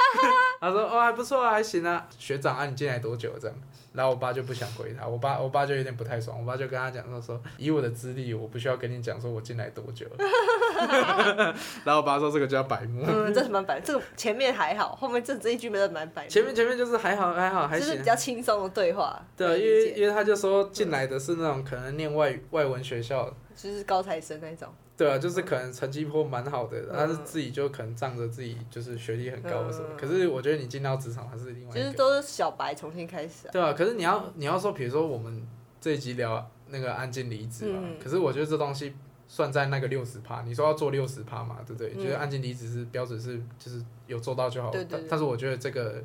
Speaker 4: 他说：“哦，还不错啊，还行啊，学长啊，你进来多久了？”这样，然后我爸就不想回他，我爸我爸就有点不太爽，我爸就跟他讲说说，以我的资历，我不需要跟你讲说我进来多久了。 然后我爸说这个叫白目，
Speaker 2: 嗯，这是蛮白，这个前面还好，后面这这一句没有蛮白，
Speaker 4: 前面前面就是还好还好还
Speaker 2: 就是
Speaker 4: 行
Speaker 2: 比。较轻松的对话，可
Speaker 4: 对，啊
Speaker 2: 以
Speaker 4: 因为
Speaker 2: 理解
Speaker 4: 因为他就说进来的是那种可能念外外文学校的，
Speaker 2: 就是高材生那种，
Speaker 4: 对啊，就是可能成绩颇蛮好的，但是
Speaker 2: 嗯
Speaker 4: 自己就可能仗着自己就是学历很高或什么。
Speaker 2: 嗯
Speaker 4: 可是我觉得你进到职场还是另外
Speaker 2: 就
Speaker 4: 一
Speaker 2: 是
Speaker 4: 个，
Speaker 2: 都是小白重新开始啊，
Speaker 4: 对啊。可是你要你要说，比如说我们这一集聊那个安静离职嘛，
Speaker 2: 嗯
Speaker 4: 可是我觉得这东西算在那个六十趴，你说要做六十趴嘛，对不对？
Speaker 2: 嗯
Speaker 4: 就是安静离职是标准是就是有做到就好，
Speaker 2: 对对
Speaker 4: 但
Speaker 2: 对
Speaker 4: 但是我觉得这个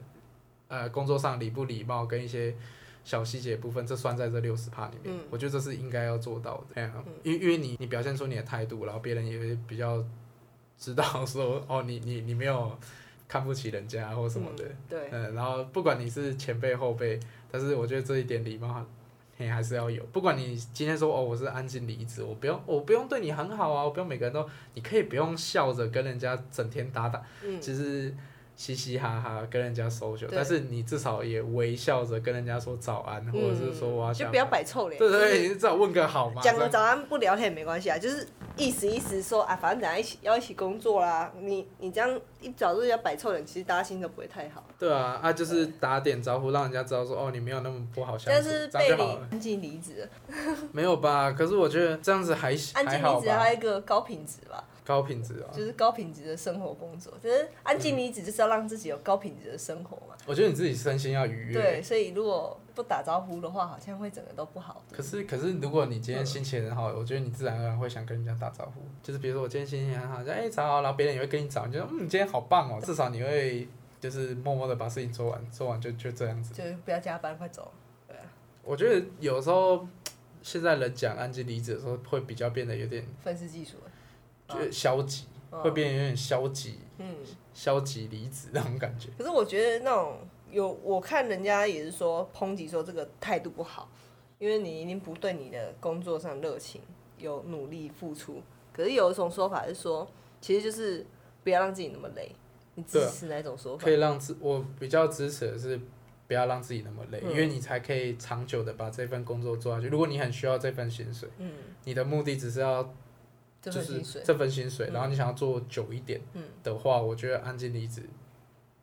Speaker 4: 呃工作上礼不礼貌跟一些。小细节部分，这算在这六十趴里面，
Speaker 2: 嗯
Speaker 4: 我觉得这是应该要做到的。哎呀、因为因为你你表现出你的态度，然后别人也会比较知道说，哦，你你你没有看不起人家或什么的。
Speaker 2: 嗯对，
Speaker 4: 嗯，然后不管你是前辈后辈，但是我觉得这一点礼貌，你还是要有。不管你今天说哦，我是安静离职，我不用我不用对你很好啊，我不用每个人都，你可以不用笑着跟人家整天打打，
Speaker 2: 嗯，
Speaker 4: 就是嘻嘻哈哈跟人家 social，
Speaker 2: 对
Speaker 4: 但是你至少也微笑着跟人家说早安， 或者是说我要
Speaker 2: 嗯就
Speaker 4: 下
Speaker 2: 不要
Speaker 4: 班
Speaker 2: 摆臭脸，
Speaker 4: 对
Speaker 2: 就是
Speaker 4: 对，你至少问个好嘛。
Speaker 2: 讲
Speaker 4: 这
Speaker 2: 个
Speaker 4: 样
Speaker 2: 早安不聊天也没关系啊，就是意思意思说啊，反正等下一起要一起工作啦。你你这样一早就要摆臭脸，其实大家心情都不会太好。
Speaker 4: 对啊，啊就是打点招呼，让人家知道说哦，你没有那么不好相
Speaker 2: 但
Speaker 4: 处，
Speaker 2: 是
Speaker 4: 这样
Speaker 2: 被
Speaker 4: 就
Speaker 2: 你
Speaker 4: 好了。
Speaker 2: 安静离职了，
Speaker 4: 没有吧？可是我觉得这样子还
Speaker 2: 安静
Speaker 4: 还
Speaker 2: 离
Speaker 4: 好
Speaker 2: 职还啊
Speaker 4: 吧。
Speaker 2: 有一个高品质吧，
Speaker 4: 高品质啊。
Speaker 2: 就是高品质的生活工作。只是安静离职就是要让自己有高品质的生活嘛。
Speaker 4: 我觉得你自己身心要愉悦。
Speaker 2: 对，所以如果不打招呼的话，好像会整个都不好的。
Speaker 4: 可是，可是，如果你今天心情很好，我觉得你自然而然会想跟人家打招呼。就是比如说，我今天心情很好，就哎、早好，然后别人也会跟你早，你就说嗯，今天好棒 哦。至少你会就是默默的把事情做完，做完就就这样子。
Speaker 2: 就不要加班，快走。
Speaker 4: 我觉得有时候现在人讲安静离职的时候，会比较变得有点
Speaker 2: 愤世嫉俗。
Speaker 4: 就消极，
Speaker 2: 嗯
Speaker 4: 会变得有点消极，
Speaker 2: 嗯，
Speaker 4: 消极离职那种感觉。
Speaker 2: 可是我觉得那种有，我看人家也是说抨击说这个态度不好，因为你一定不对你的工作上热情有努力付出。可是有一种说法是说，其实就是不要让自己那么累。你支
Speaker 4: 对啊
Speaker 2: 持哪种说法
Speaker 4: 可？以让自我比较支持的是不要让自己那么累，
Speaker 2: 嗯
Speaker 4: 因为你才可以长久的把这份工作做下去。如果你很需要这份薪水，
Speaker 2: 嗯，
Speaker 4: 你的目的只是要
Speaker 2: 这
Speaker 4: 就
Speaker 2: 份
Speaker 4: 是
Speaker 2: 薪水。
Speaker 4: 这份薪水，
Speaker 2: 嗯
Speaker 4: 然后你想要做久一点
Speaker 2: 嗯
Speaker 4: 的话，我觉得安静离职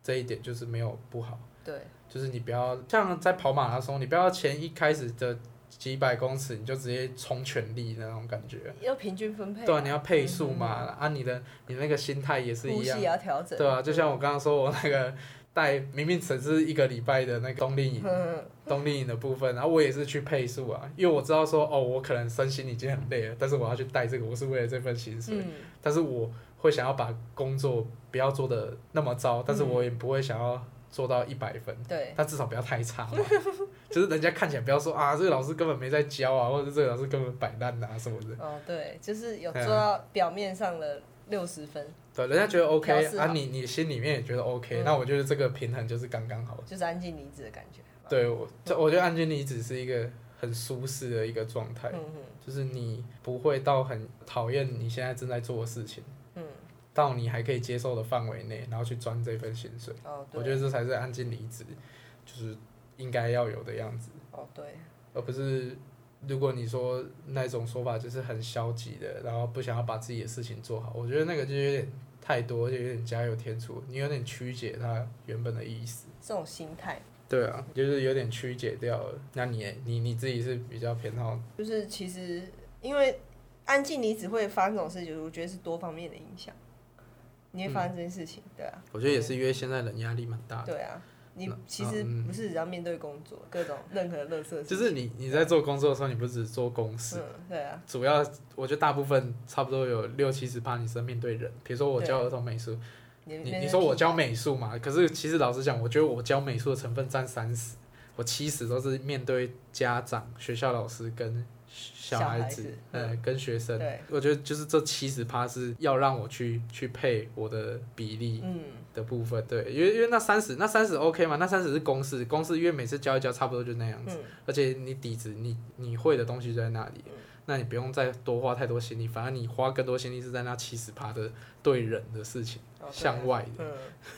Speaker 4: 这一点就是没有不好，
Speaker 2: 对，
Speaker 4: 就是你不要像在跑马拉松，你不要前一开始的几百公尺你就直接冲全力那种感觉，
Speaker 2: 要平均分配啊。
Speaker 4: 对啊，你要配速嘛，
Speaker 2: 嗯
Speaker 4: 啊，你的你那个心态也是
Speaker 2: 呼
Speaker 4: 一
Speaker 2: 吸
Speaker 4: 样
Speaker 2: 也，要调整。
Speaker 4: 对啊，就像我刚刚说，我那个带明明只是一个礼拜的那个冬令营，
Speaker 2: 嗯，
Speaker 4: 冬令营的部分，然后我也是去配速啊，因为我知道说哦，我可能身心已经很累了，但是我要去带这个，我是为了这份薪水，
Speaker 2: 嗯，
Speaker 4: 但是我会想要把工作不要做的那么糟，但是我也不会想要做到一百分，
Speaker 2: 对，
Speaker 4: 但至少不要太 差嘛，就是人家看起来不要说啊，这个老师根本没在教啊，或者这个老师根本摆烂啊什么的，
Speaker 2: 哦，对，就是有
Speaker 4: 对啊
Speaker 2: 做到表面上的六十分，
Speaker 4: 对，人家觉得 OK
Speaker 2: 调嗯试好
Speaker 4: 啊你，你心里面也觉得 OK，、
Speaker 2: 嗯
Speaker 4: 那我觉得这个平衡就是刚刚好。
Speaker 2: 就是安静离职的感觉。，
Speaker 4: 对我，这我觉得安静离职是一个很舒适的一个状态，
Speaker 2: 嗯嗯
Speaker 4: 就是你不会到很讨厌你现在正在做的事情，
Speaker 2: 嗯，
Speaker 4: 到你还可以接受的范围内，然后去赚这份薪水。
Speaker 2: 哦，对，
Speaker 4: 我觉得这才是安静离职，就是应该要有的样子，
Speaker 2: 哦，对，
Speaker 4: 而不是如果你说那种说法就是很消极的，然后不想要把自己的事情做好，我觉得那个就有点太多，而且有点加油添醋，你有点曲解它原本的意思。
Speaker 2: 这种心态，
Speaker 4: 对啊，就是有点曲解掉了。那你也你你自己是比较偏好，
Speaker 2: 就是其实因为安静离职会发生这种事情，我觉得是多方面的影响，你会发生这件事情，对啊，
Speaker 4: 我觉得也是因为现在人压力蛮大的，
Speaker 2: 对啊，你
Speaker 4: 嗯那
Speaker 2: 其实
Speaker 4: 嗯
Speaker 2: 不是只要面对工作，各种任何乐色，
Speaker 4: 就是你你在做工作的时候，你不只做公事，
Speaker 2: 嗯，对啊，
Speaker 4: 主要我觉得大部分差不多有六七十趴你是面对人。比如说我教儿童美术，
Speaker 2: 你
Speaker 4: 你
Speaker 2: 面
Speaker 4: 你
Speaker 2: 对
Speaker 4: 说我教美术嘛，可是其实老实讲，我觉得我教美术的成分占三十，我七十都是面对家长、学校老师跟。小
Speaker 2: 小
Speaker 4: 孩
Speaker 2: 孩
Speaker 4: 子
Speaker 2: 子，嗯
Speaker 4: 呃，跟学生
Speaker 2: 对，
Speaker 4: 我觉得就是这七十趴是要让我去去配我的比例，
Speaker 2: 嗯，
Speaker 4: 的部分，对，因为因为那三十那三十 OK 嘛，那三十是公式，公式因为每次教一教差不多就那样子，
Speaker 2: 嗯
Speaker 4: 而且你底子你你会的东西就在那里，那你不用再多花太多心力，反而你花更多心力是在那七十趴的对人的事情，
Speaker 2: 哦对啊
Speaker 4: 向外的，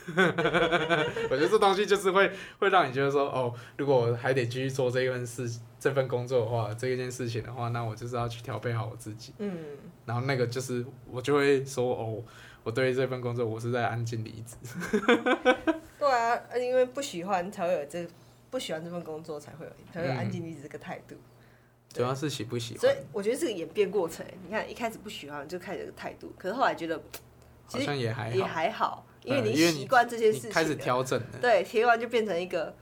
Speaker 2: 嗯，
Speaker 4: 我觉得这东西就是会会让你觉得说，哦，如果我还得继续做这份事这份工作的话，这一件事情的话，那我就是要去调配好我自己，
Speaker 2: 嗯，
Speaker 4: 然后那个就是我就会说，哦，我对这份工作我是在安静离职，
Speaker 2: 对啊，呃因为不喜欢才会有这不喜欢这份工作，才会有才会有安静离职这个态度。
Speaker 4: 主要是喜不嗯喜
Speaker 2: 所以
Speaker 4: 欢，
Speaker 2: 我觉得是个演变过程。你看一开始不喜欢就开始有个态度，可是后来觉得
Speaker 4: 好
Speaker 2: 其实
Speaker 4: 像也还
Speaker 2: 也
Speaker 4: 好。
Speaker 2: 还好，因
Speaker 4: 嗯
Speaker 2: 为你
Speaker 4: 因为你
Speaker 2: 习惯这些事
Speaker 4: 你
Speaker 2: 情了，
Speaker 4: 开始调整了。
Speaker 2: 对，提完就变成一个，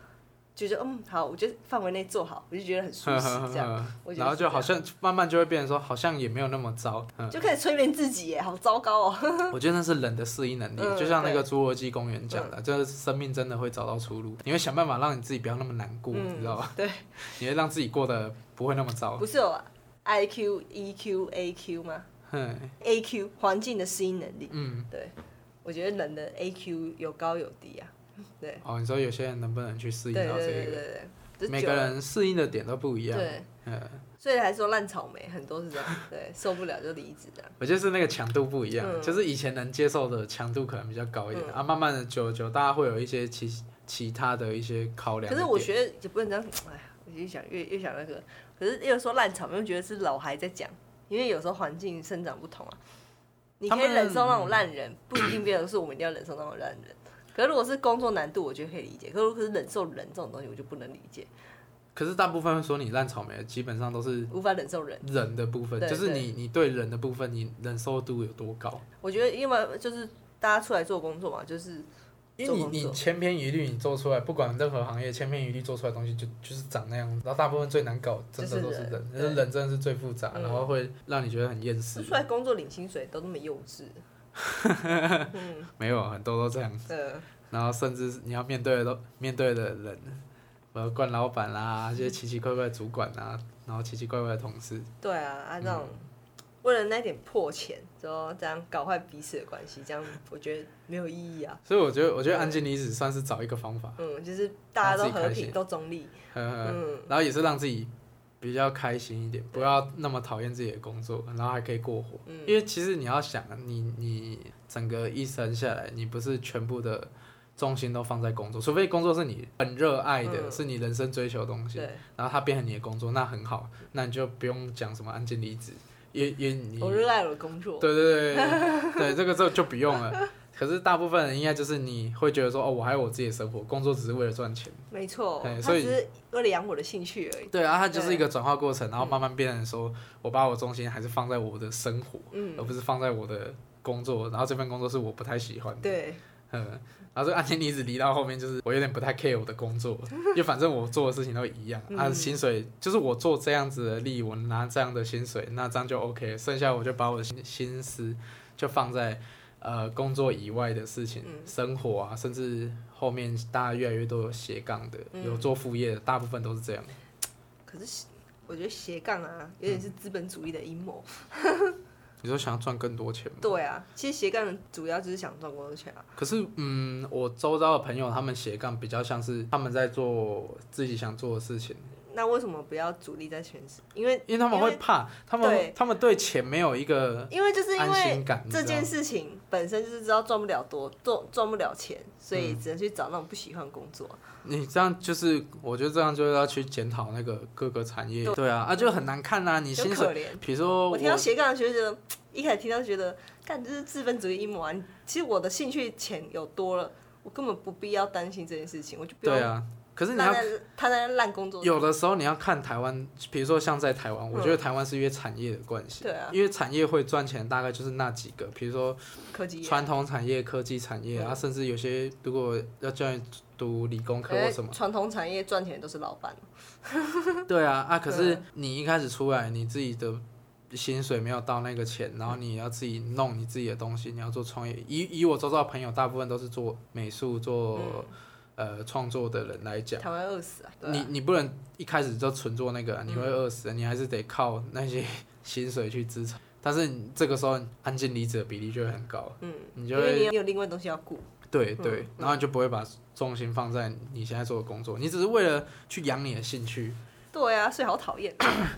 Speaker 2: 就是嗯好，我觉得范围内做好，我就觉得很舒 适，这样我觉得是
Speaker 4: 然后
Speaker 2: 这
Speaker 4: 就
Speaker 2: 样
Speaker 4: 好像慢慢就会变成说，好像也没有那么糟。嗯，
Speaker 2: 就开始催眠自己耶，好糟糕哦。
Speaker 4: 我觉得那是人的适应能力，
Speaker 2: 嗯
Speaker 4: 就像那个侏罗纪公园讲的，就是生命真的会找到出路，你会想办法让你自己不要那么难过，你知道吧？
Speaker 2: 嗯 对，
Speaker 4: 你会让自己过得不会那么糟
Speaker 2: 不。是有 I Q E Q A Q 吗
Speaker 4: 嗯
Speaker 2: ？A Q 环境的适应能力，
Speaker 4: 嗯，
Speaker 2: 对，我觉得人的 A Q 有高有低啊，对，
Speaker 4: 哦，你说有些人能不能去适应
Speaker 2: 对
Speaker 4: 到
Speaker 2: 对
Speaker 4: 这
Speaker 2: 对
Speaker 4: 个？
Speaker 2: 对对，
Speaker 4: 每个人适应的点都不一样。
Speaker 2: 对，
Speaker 4: 嗯，
Speaker 2: 所以还说烂草莓很多是这样，对，受不了就离职这样。
Speaker 4: 我觉得是那个强度不一样，
Speaker 2: 嗯
Speaker 4: 就是以前能接受的强度可能比较高一点、
Speaker 2: 嗯
Speaker 4: 啊，慢慢的久久，大家会有一些其其他的一些考量的
Speaker 2: 可
Speaker 4: 点。
Speaker 2: 是我觉得也不能这样，哎呀，我越想越越想那个。可是又说烂草莓，又觉得是老孩在讲，因为有时候环境生长不同啊，你可
Speaker 4: 他
Speaker 2: 以
Speaker 4: 们
Speaker 2: 忍受那种烂人，不一定变成是我们一定要忍受那种烂人。可是如果是工作难度，我觉得可以理解。可是如果是忍受人这种东西，我就不能理解。
Speaker 4: 可是大部分会说你烂草莓，基本上都是
Speaker 2: 无法忍受人。
Speaker 4: 人的部分，
Speaker 2: 对
Speaker 4: 就是
Speaker 2: 对
Speaker 4: 你你对人的部分，你忍受度有多高？
Speaker 2: 我觉得因为就是大家出来做工作嘛，就是
Speaker 4: 因为你
Speaker 2: 做工作
Speaker 4: 你千篇一律，你做出来，不管任何行业，千篇一律做出来的东西就就是长那样子。然后大部分最难搞，真的都是
Speaker 2: 就是人
Speaker 4: 人，
Speaker 2: 对
Speaker 4: 因为人真的是最复杂，
Speaker 2: 嗯
Speaker 4: 然后会让你觉得很厌世
Speaker 2: 就。出来工作领薪水都那么幼稚。嗯，
Speaker 4: 没有啊很多都这样，
Speaker 2: 对，
Speaker 4: 然后甚至你要面对的都面对的人，呃，惯老板啦，这些奇奇怪怪的主管啊，然后奇奇怪怪的同事，
Speaker 2: 对啊，啊那
Speaker 4: 嗯
Speaker 2: 种、为了那点破钱，之后这样搞坏彼此的关系，这样我觉得没有意义啊。
Speaker 4: 所以我觉得我觉得安静离职算是找一个方法，
Speaker 2: 嗯，就是大家都
Speaker 4: 让自己
Speaker 2: 和
Speaker 4: 开心
Speaker 2: 平，都中立。
Speaker 4: 呵呵，
Speaker 2: 嗯
Speaker 4: 然后也是让自己比较开心一点，不要那么讨厌自己的工作，然后还可以过活。
Speaker 2: 嗯
Speaker 4: 因为其实你要想，你你整个一生下来，你不是全部的重心都放在工作，除非工作是你很热爱的，
Speaker 2: 嗯
Speaker 4: 是你人生追求的东西，
Speaker 2: 对，
Speaker 4: 然后它变成你的工作，那很好，那你就不用讲什么安静离职，也也你
Speaker 2: 我热爱我的工作。
Speaker 4: 对对对对对，这个就就不用了。可是大部分人应该就是你会觉得说，哦，我还有我自己的生活，工作只是为了赚钱。
Speaker 2: 没错，
Speaker 4: 哎
Speaker 2: 他
Speaker 4: 所以
Speaker 2: 只是为了养我的兴趣而已。
Speaker 4: 对啊，它就是
Speaker 2: 对嗯
Speaker 4: 一个转化过程，然后慢慢变成说，我把我重心还是放在我的生活，
Speaker 2: 嗯
Speaker 4: 而，不是放在我的工作，然后这份工作是我不太喜欢的，
Speaker 2: 对，
Speaker 4: 嗯，然后这个案件离职离到后面就是我有点不太 care 我的工作， 因为反正我做的事情都一样，啊，
Speaker 2: 嗯
Speaker 4: 薪水就是我做这样子的力，我拿这样的薪水，那这样就 OK，剩下我就把我的心心思就放在呃工作以外的事情，
Speaker 2: 嗯
Speaker 4: 生活啊，甚至后面大家越来越多有斜杠的，
Speaker 2: 嗯
Speaker 4: 有做副业的，大部分都是这样。
Speaker 2: 可是我觉得斜杠啊，有
Speaker 4: 嗯
Speaker 2: 点是资本主义的阴谋。
Speaker 4: 你说想要赚更多钱吗？
Speaker 2: 对啊，其实斜杠主要就是想赚工作钱啊。
Speaker 4: 可是，嗯，我周遭的朋友他们斜杠比较像是他们在做自己想做的事情，
Speaker 2: 那为什么不要主力在全职？因为
Speaker 4: 因为他们
Speaker 2: 因为
Speaker 4: 会怕，他们
Speaker 2: 对
Speaker 4: 他们对钱没有一个
Speaker 2: 因为就是因
Speaker 4: 安
Speaker 2: 为
Speaker 4: 心感，
Speaker 2: 这件
Speaker 4: 事
Speaker 2: 事情本身就是知道赚不了多，赚赚不了钱，所
Speaker 4: 嗯
Speaker 2: 以只能去找那种不喜欢的工作。
Speaker 4: 你这样就是，我觉得这样就是要去检讨那个各个产业，对啊，啊就很难看呐、你
Speaker 2: 就
Speaker 4: 薪
Speaker 2: 可
Speaker 4: 水，
Speaker 2: 怜。
Speaker 4: 比如说
Speaker 2: 我听到斜杠的时候就觉得，一开始听到就觉得，干这是资本主义阴谋啊！你其实我的兴趣钱有多了，我根本不必要担心这件事情，我就不用
Speaker 4: 对啊，可是你
Speaker 2: 他
Speaker 4: 要
Speaker 2: 在他在烂工作，
Speaker 4: 有的时候你要看台湾，比如说像在台湾，我
Speaker 2: 嗯
Speaker 4: 觉得台湾是因为产业的关系，
Speaker 2: 对啊
Speaker 4: 因为产业会赚钱大概就是那几个，比如说
Speaker 2: 科技业
Speaker 4: 传统产业、科技产业啊，
Speaker 2: 嗯
Speaker 4: 甚至有些如果要叫你读理工科
Speaker 2: 哎
Speaker 4: 或什么，
Speaker 2: 传统产业赚钱都是老板，
Speaker 4: 对啊啊，可是
Speaker 2: 嗯
Speaker 4: 你一开始出来，你自己的薪水没有到那个钱，然后你要自己弄你自己的东西，你要做创业。以以我周遭的朋友，大部分都是做美术、做、呃创作的人来讲。
Speaker 2: 台湾饿死嗯啊！对啊嗯
Speaker 4: 你你不能一开始就纯做那个啊，你会饿死的，你还是得靠那些薪水去支撑。但是你这个时候安静离职的比例就会很高，
Speaker 2: 嗯，
Speaker 4: 你
Speaker 2: 因
Speaker 4: 就
Speaker 2: 为
Speaker 4: 会
Speaker 2: 你有你有另外东西要顾，
Speaker 4: 对
Speaker 2: 嗯
Speaker 4: 对
Speaker 2: 嗯，
Speaker 4: 然后你就不会把重心放在你现在做的工作，你只是为了去养你的兴趣。
Speaker 2: 对啊，所以好讨厌。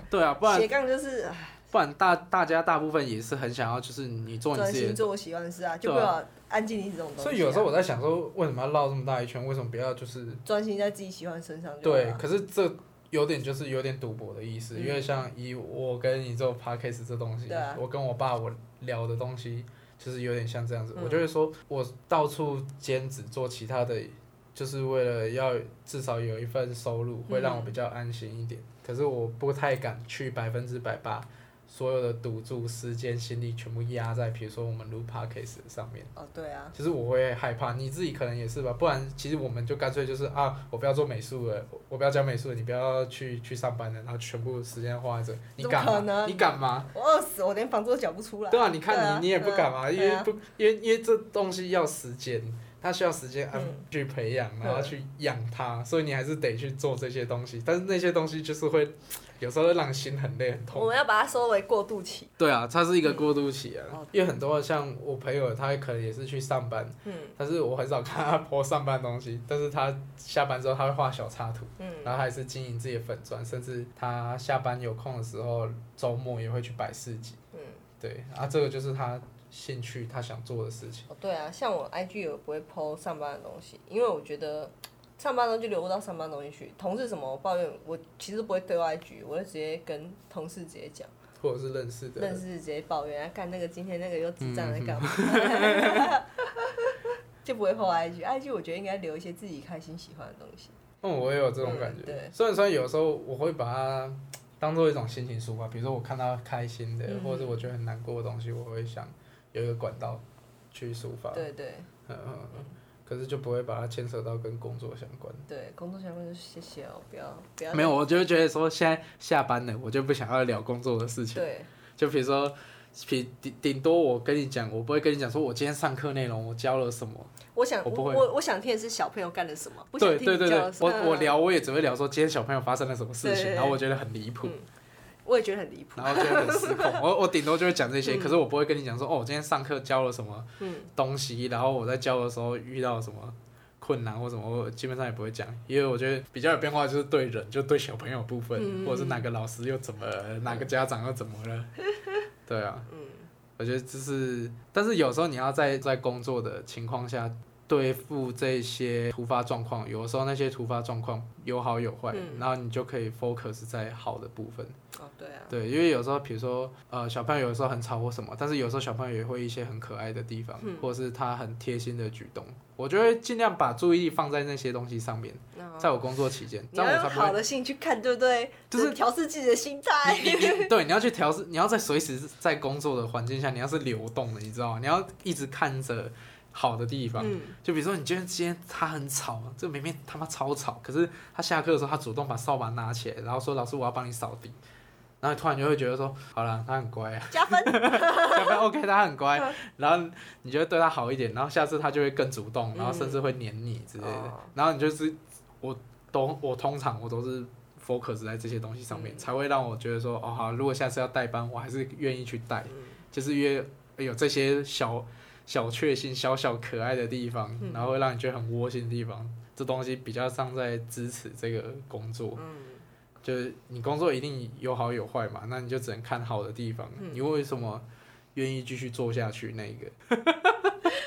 Speaker 4: 对啊， 不然
Speaker 2: 斜杠就是哎
Speaker 4: 不然大大家大部分也是很想要，就是你做你
Speaker 2: 专
Speaker 4: 自己
Speaker 2: 心
Speaker 4: 的。
Speaker 2: 做我喜欢的事啊，就不
Speaker 4: 对啊
Speaker 2: 要安静离职这种东西啊。
Speaker 4: 所以有时候我在想说，为什么要绕这么大一圈？为什么不要就是
Speaker 2: 专心在自己喜欢的身上就好
Speaker 4: 对？
Speaker 2: 了。
Speaker 4: 可是这有点就是有点赌博的意思，
Speaker 2: 啊嗯
Speaker 4: 因为像以我跟你做 podcast 这东西，
Speaker 2: 对啊
Speaker 4: 我跟我爸我聊的东西，就是有点像这样子。
Speaker 2: 嗯
Speaker 4: 我就会说，我到处兼职做其他的，就是为了要至少有一份收入，会让我比较安心一点。
Speaker 2: 嗯
Speaker 4: 可是我不太敢去百分之百把所有的赌注、时间、心力全部压在，比如说我们录 podcast 上面。
Speaker 2: 哦，对啊，
Speaker 4: 其实我会害怕，你自己可能也是吧，不然其实我们就干脆就是啊，我不要做美术了，我我不要教美术了，你不要去去上班了，然后全部时间花在这，你
Speaker 2: 怎么
Speaker 4: 敢
Speaker 2: 可
Speaker 4: 吗？
Speaker 2: 能
Speaker 4: 你敢吗？
Speaker 2: 我饿死，我连房租都缴不出来。
Speaker 4: 对啊，你看你、
Speaker 2: 啊
Speaker 4: 你也不敢嘛，因
Speaker 2: 对
Speaker 4: 为
Speaker 2: 啊
Speaker 4: 不因为因为这东西要时间，它需要时间安
Speaker 2: 嗯
Speaker 4: 去培养，然后
Speaker 2: 嗯
Speaker 4: 去养它，所以你还是得去做这些东西，但是那些东西就是会有时候会让心很累很痛
Speaker 2: 我。们要把它收为过渡期。
Speaker 4: 对啊，它是一个过渡期啊，
Speaker 2: 嗯哦
Speaker 4: 因为很多像我朋友，他可能也是去上班，
Speaker 2: 嗯
Speaker 4: 但是我很少看他 po 上班的东西，但是他下班之后他会画小插图，
Speaker 2: 嗯
Speaker 4: 然后他还是经营自己的粉砖，甚至他下班有空的时候，周末也会去摆市集，
Speaker 2: 嗯，
Speaker 4: 对，啊，这个就是他兴趣他想做的事情，
Speaker 2: 哦，对啊，像我 IG 也不会 PO 上班的东西，因为我觉得上班的东西就留不到上班的东西去。同事什么抱怨，我其实不会对外 IG，我就直接跟同事直接讲，
Speaker 4: 或者是认识的
Speaker 2: 认
Speaker 4: 人，
Speaker 2: 识直接抱怨，啊，干那个今天那个又智障在干嘛，
Speaker 4: 嗯
Speaker 2: 就不会 PO IG。IG 我觉得应该留一些自己开心喜欢的东西。
Speaker 4: 嗯，我也有这种感觉。
Speaker 2: 嗯对
Speaker 4: 虽然说有时候我会把它当做一种心情抒发，比如说我看到开心的，
Speaker 2: 嗯
Speaker 4: 或者是我觉得很难过的东西，我会想有一个管道去抒发。
Speaker 2: 对对
Speaker 4: 嗯嗯嗯。可是就不会把它牵扯到跟工作相关。
Speaker 2: 对，工作相关就谢谢哦，不要不要
Speaker 4: 没有，我就会觉得说现在下班了，我就不想要聊工作的事情。
Speaker 2: 对
Speaker 4: 就比如说，顶顶顶多我跟你讲，我不会跟你讲说我今天上课内容我教了什么。
Speaker 2: 我想
Speaker 4: 我
Speaker 2: 我
Speaker 4: 不会
Speaker 2: 我我想听的是小朋友干了什么，不想
Speaker 4: 对
Speaker 2: 听
Speaker 4: 对对
Speaker 2: 你
Speaker 4: 对
Speaker 2: 教了，什
Speaker 4: 我
Speaker 2: 么
Speaker 4: 我聊我也只会聊说今天小朋友发生了什么事情，
Speaker 2: 对
Speaker 4: 然后我觉得很离谱，
Speaker 2: 嗯我也觉得很离谱，
Speaker 4: 然后觉得很失控。我我顶多就会讲这些，
Speaker 2: 嗯
Speaker 4: 可是我不会跟你讲说哦，我今天上课教了什么
Speaker 2: 嗯，
Speaker 4: 东西，然后我在教的时候遇到什么。困难或什么，我基本上也不会讲，因为我觉得比较有变化就是对人，就对小朋友部分，
Speaker 2: 嗯
Speaker 4: 或者是哪个老师又怎么了，哪个家长又怎么 了，对啊，
Speaker 2: 嗯
Speaker 4: 我觉得这是，但是有时候你要在在工作的情况下对付这些突发状况，有时候那些突发状况有好有坏，
Speaker 2: 嗯
Speaker 4: 然后你就可以 focus 在好的部分。
Speaker 2: 哦对啊，
Speaker 4: 对，因为有时候比如说呃小朋友有时候很吵或什么，但是有时候小朋友也会一些很可爱的地方，
Speaker 2: 嗯
Speaker 4: 或者是他很贴心的举动，我就会尽量把注意力放在那些东西上面，
Speaker 2: 然后
Speaker 4: 在我工作期间，
Speaker 2: 哦你
Speaker 4: 这样
Speaker 2: 要
Speaker 4: 我
Speaker 2: 用
Speaker 4: 才
Speaker 2: 好
Speaker 4: 不会。
Speaker 2: 的心去看，对不对？
Speaker 4: 就是
Speaker 2: 调试自己的心态。
Speaker 4: 你你 你对，你要去调试，你要在随时在工作的环境下，你要是流动的，你知道吗？你要一直看着好的地方，
Speaker 2: 嗯，
Speaker 4: 就比如说，你今天今天他很吵，这明明他妈超吵，可是他下课的时候，他主动把扫把拿起来，然后说：“老师，我要帮你扫地。”然后你突然就会觉得说：“好了，他很乖啊，
Speaker 2: 加分。
Speaker 4: 要不要 OK？他很乖。”然后你就会对他好一点，然后下次他就会更主动，然后甚至会黏你之类的。
Speaker 2: 哦
Speaker 4: 然后你就是我都我通常我都是 focus 在这些东西上面，
Speaker 2: 嗯
Speaker 4: 才会让我觉得说：“哦，好，如果下次要代班，我还是愿意去带，
Speaker 2: 嗯
Speaker 4: 就是因为有这些小小确幸、小小可爱的地方，
Speaker 2: 嗯
Speaker 4: 然后会让你觉得很窝心的地方，这东西比较像在支持这个工作。
Speaker 2: 嗯
Speaker 4: 就是你工作一定有好有坏嘛，那你就只能看好的地方。
Speaker 2: 嗯
Speaker 4: 你为什么愿意继续做下去？那一个，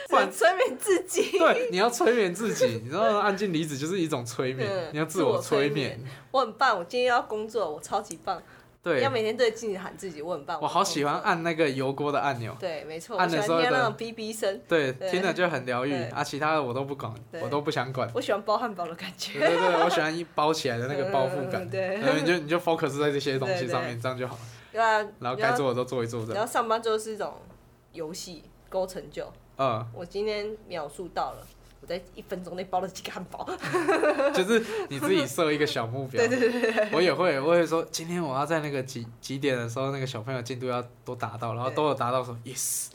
Speaker 2: 很催眠自己。
Speaker 4: 对，你要催眠自己，你知道安静离子就是一种催眠，
Speaker 2: 嗯
Speaker 4: 你要自
Speaker 2: 自
Speaker 4: 我
Speaker 2: 我催
Speaker 4: 催眠。
Speaker 2: 我很棒，我今天要工作，我超级棒。
Speaker 4: 对
Speaker 2: 要，每天对镜子喊自己，我很棒。
Speaker 4: 我好喜欢
Speaker 2: 很棒。
Speaker 4: 按那个油锅的按钮。
Speaker 2: 对，没错，
Speaker 4: 按
Speaker 2: 我
Speaker 4: 的
Speaker 2: 喜
Speaker 4: 时候
Speaker 2: 欢听
Speaker 4: 的
Speaker 2: 那种哔哔声，
Speaker 4: 对，
Speaker 2: 对
Speaker 4: 听了就很疗愈
Speaker 2: 对
Speaker 4: 啊，其他的我都不管，
Speaker 2: 对
Speaker 4: 我都不想管。
Speaker 2: 我喜欢包汉堡的感
Speaker 4: 对
Speaker 2: 觉。
Speaker 4: 对对，我喜欢一包起来的那个包覆感
Speaker 2: 嗯。对，
Speaker 4: 然后你就你就 focus 在这些东西上
Speaker 2: 对
Speaker 4: 面，这样就好了。
Speaker 2: 对啊，
Speaker 4: 然后
Speaker 2: 你
Speaker 4: 该
Speaker 2: 要
Speaker 4: 做的都做一做，这
Speaker 2: 然
Speaker 4: 样。
Speaker 2: 后上班就是一种游戏勾成就。
Speaker 4: 嗯，
Speaker 2: 我今天秒数到了，我在一分钟内包了几个汉堡。
Speaker 4: 就是你自己设一个小目标。对对对。我也会，我也会说，今天我要在那个几几点的时候，那个小朋友进度要都达到，然后
Speaker 2: 对
Speaker 4: 都有达到说 yes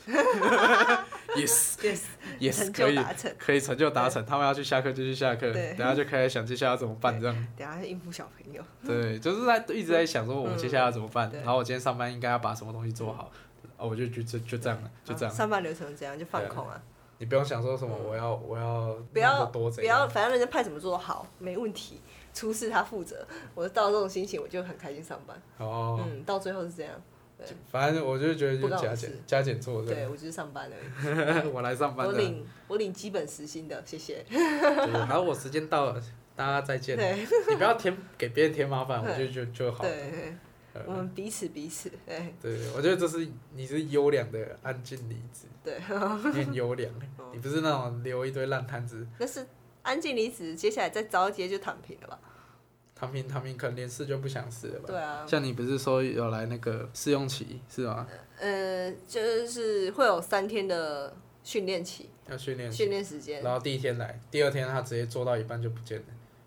Speaker 4: yes
Speaker 2: Yes，
Speaker 4: yes
Speaker 2: 成
Speaker 4: 可
Speaker 2: 就
Speaker 4: 以
Speaker 2: 达成。
Speaker 4: 可以成就达成，他们要去下课就去下课，
Speaker 2: 对
Speaker 4: 等下就开始想接下来要怎么办这样。
Speaker 2: 等一下应付小朋友。
Speaker 4: 对，就是在一直在想说我们接下来要怎么办，
Speaker 2: 嗯对
Speaker 4: 然后我今天上班应该要把什么东西做好，哦，我就就就就这样了，就这样
Speaker 2: 啊。 上班流程怎样就放
Speaker 4: 对啊
Speaker 2: 空啊。
Speaker 4: 你不用想说什么我要我要
Speaker 2: 不要
Speaker 4: 弄得多
Speaker 2: 不
Speaker 4: 怎样
Speaker 2: 要，反正人家派怎么做都好，没问题。出事他负责，我到这种心情我就很开心上班。
Speaker 4: 哦，
Speaker 2: 嗯，到最后是这样，对
Speaker 4: 反正我就觉得就
Speaker 2: 不
Speaker 4: 是
Speaker 2: 干我
Speaker 4: 加
Speaker 2: 的
Speaker 4: 减
Speaker 2: 事
Speaker 4: 加减做
Speaker 2: 对
Speaker 4: 对，
Speaker 2: 我就是上班而 已。
Speaker 4: 我来上班
Speaker 2: 我
Speaker 4: 的，对
Speaker 2: 领我领基本时薪的，谢谢。
Speaker 4: 然后我时间到了，大家再见。
Speaker 2: 对
Speaker 4: 你不要添给别人添麻烦，我
Speaker 2: 对
Speaker 4: 就就就好。
Speaker 2: 对对，
Speaker 4: 呃
Speaker 2: 我们彼此彼此，对
Speaker 4: 对，我觉得这是你是优良的安静离子，
Speaker 2: 对。哦
Speaker 4: 你很优良， 你不是那种留一堆烂摊子，
Speaker 2: 但是安静离职，接下来再招一接就躺平了吧？
Speaker 4: 躺平躺平，可能连试就不想试了吧？
Speaker 2: 对啊，
Speaker 4: 像你不是说有来那个试用期是吗？
Speaker 2: 呃，就是会有三天的训练期，
Speaker 4: 要训练期，
Speaker 2: 训练时间
Speaker 4: 然。后第一天来，第二天他直接做到一半就不见了。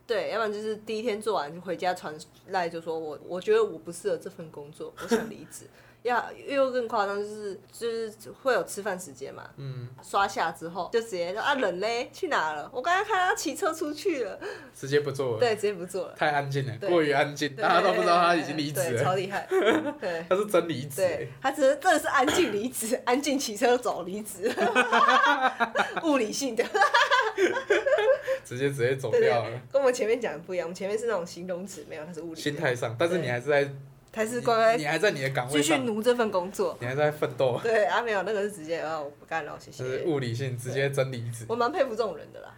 Speaker 2: 对，要不然就是第一天做完就回家传赖，就说我我觉得我不适合这份工作，我想离职。要又更夸张，就是就是会有吃饭时间嘛，
Speaker 4: 嗯，
Speaker 2: 刷下之后就直接说啊人嘞去哪了？我刚刚看他骑车出去了，
Speaker 4: 嗯直接不做了。
Speaker 2: 对，直接不做了，
Speaker 4: 太安静了，
Speaker 2: 对
Speaker 4: 过于安静，大家都不知道他已经离职
Speaker 2: 对超
Speaker 4: 了，
Speaker 2: 厉 害，对
Speaker 4: 他是真离职欸
Speaker 2: 对。，他只是真的是安静离职，安静骑车走离职， 物理性的，
Speaker 4: 直接直接走
Speaker 2: 对
Speaker 4: 掉
Speaker 2: 对
Speaker 4: 了，，
Speaker 2: 跟我们前面讲的不一样，我们前面是那种形容词，没有，它是物理的，
Speaker 4: 心态上，但是
Speaker 2: 对
Speaker 4: 你还是在，
Speaker 2: 它是乖
Speaker 4: 你你
Speaker 2: 乖
Speaker 4: 还在你的岗
Speaker 2: 继
Speaker 4: 位
Speaker 2: 续
Speaker 4: 上，
Speaker 2: 奴这份工作。
Speaker 4: 你还在奋斗，
Speaker 2: 对啊，没有那个是直接啊，我不干了，谢
Speaker 4: 这是
Speaker 2: 谢。
Speaker 4: 物理性直接真离职，
Speaker 2: 我蛮佩服这种人的啦，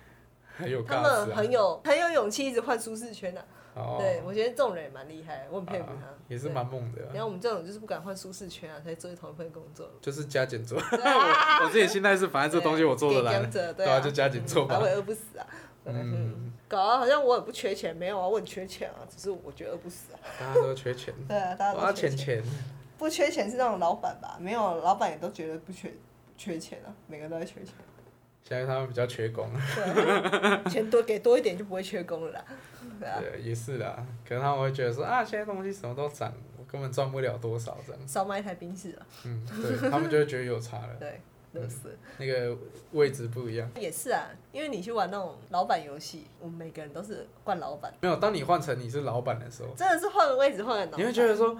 Speaker 4: 很有
Speaker 2: 他
Speaker 4: gas
Speaker 2: 们
Speaker 4: 啊
Speaker 2: 很有很有勇气一直换舒适圈的、啊
Speaker 4: 哦，
Speaker 2: 对，我觉得这种人也蛮厉害，我很佩服他。
Speaker 4: 啊也是蛮猛的
Speaker 2: 对。然
Speaker 4: 啊，
Speaker 2: 后我们这种就是不敢换舒适圈啊，才做同一份工作。
Speaker 4: 就是加减 做，
Speaker 2: 对啊
Speaker 4: 我自己心态是，反正这东西我做得
Speaker 2: 给
Speaker 4: 来
Speaker 2: 这样，子
Speaker 4: 对
Speaker 2: 对
Speaker 4: 啊，就加减做
Speaker 2: 还
Speaker 4: 吧
Speaker 2: 会。饿不死啊。
Speaker 4: 嗯，
Speaker 2: 搞得好像我也不缺钱，没有啊，我很缺钱啊，只是我觉得饿不死啊。
Speaker 4: 大家都缺钱，
Speaker 2: 对啊，大
Speaker 4: 我
Speaker 2: 家
Speaker 4: 要
Speaker 2: 都
Speaker 4: 钱
Speaker 2: 缺钱。
Speaker 4: 钱，
Speaker 2: 不缺钱是那种老板吧？没有，老板也都觉得不缺缺钱啊，每个人都在缺钱。
Speaker 4: 现在他们比较缺工，
Speaker 2: 对啊，钱多给多一点就不会缺工了啦。对啊，
Speaker 4: 对，也是啦。可能他们会觉得说啊，现在东西什么都涨，我根本赚不了多少这样。
Speaker 2: 少买一台冰室啊，
Speaker 4: 嗯，对他们就会觉得有差了，
Speaker 2: 对，乐死。
Speaker 4: 那个位置不一样。
Speaker 2: 也是啊，因为你去玩那种老板游戏，我们每个人都是惯老板，
Speaker 4: 没有，当你换成你是老板的时候，
Speaker 2: 真的是换个位置换个脑袋。
Speaker 4: 你会觉得说，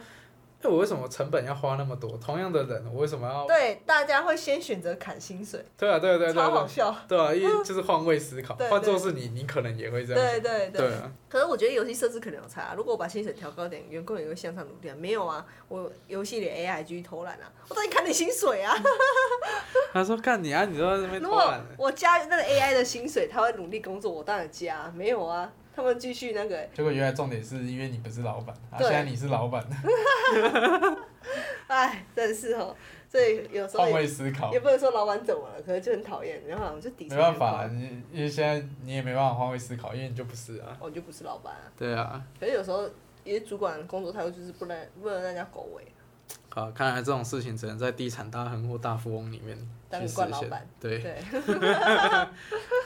Speaker 4: 哎，我为什么成本要花那么多？同样的人，我为什么要？
Speaker 2: 对，大家会先选择砍薪水，
Speaker 4: 对啊，对啊对啊对啊
Speaker 2: 超
Speaker 4: 对
Speaker 2: 好
Speaker 4: 啊，
Speaker 2: 笑。
Speaker 4: 对啊，因为就是换位思考，
Speaker 2: 对对
Speaker 4: 换做是你，你可能也会这样
Speaker 2: 对
Speaker 4: 想。
Speaker 2: 对
Speaker 4: 对啊，
Speaker 2: 可是我觉得游戏设置可能有差、如果我把薪水调高点，员工也会向上努力、啊。没有啊，我游戏里 AI 继续偷懒啊，我到底砍你薪水 啊！
Speaker 4: 他说干你啊，你都在那边
Speaker 2: 如
Speaker 4: 偷
Speaker 2: 果
Speaker 4: 懒。
Speaker 2: 我加那个 AI 的薪水，他会努力工作，我当然加啊。没有啊，他们继续那个、
Speaker 4: 结果原来重点是因为你不是老板，啊，
Speaker 2: 对
Speaker 4: 现在你是老板，
Speaker 2: 哎，真是哦。所以有时候
Speaker 4: 换
Speaker 2: 也
Speaker 4: 位思考
Speaker 2: 也，不能说老板怎么了，可能就很讨厌，然后我就抵
Speaker 4: 没
Speaker 2: 触。
Speaker 4: 办法，，你因为现在你也没办法换位思考，因为你就不是啊。
Speaker 2: 我就不是老板啊。
Speaker 4: 对啊，
Speaker 2: 可是有时候，因为主管工作态度就是不能不能让人家狗尾，啊
Speaker 4: 好，看来这种事情只能在地产大亨或大富翁里面
Speaker 2: 当
Speaker 4: 去
Speaker 2: 个
Speaker 4: 实
Speaker 2: 惯老
Speaker 4: 现
Speaker 2: 板，
Speaker 4: 对，
Speaker 2: 对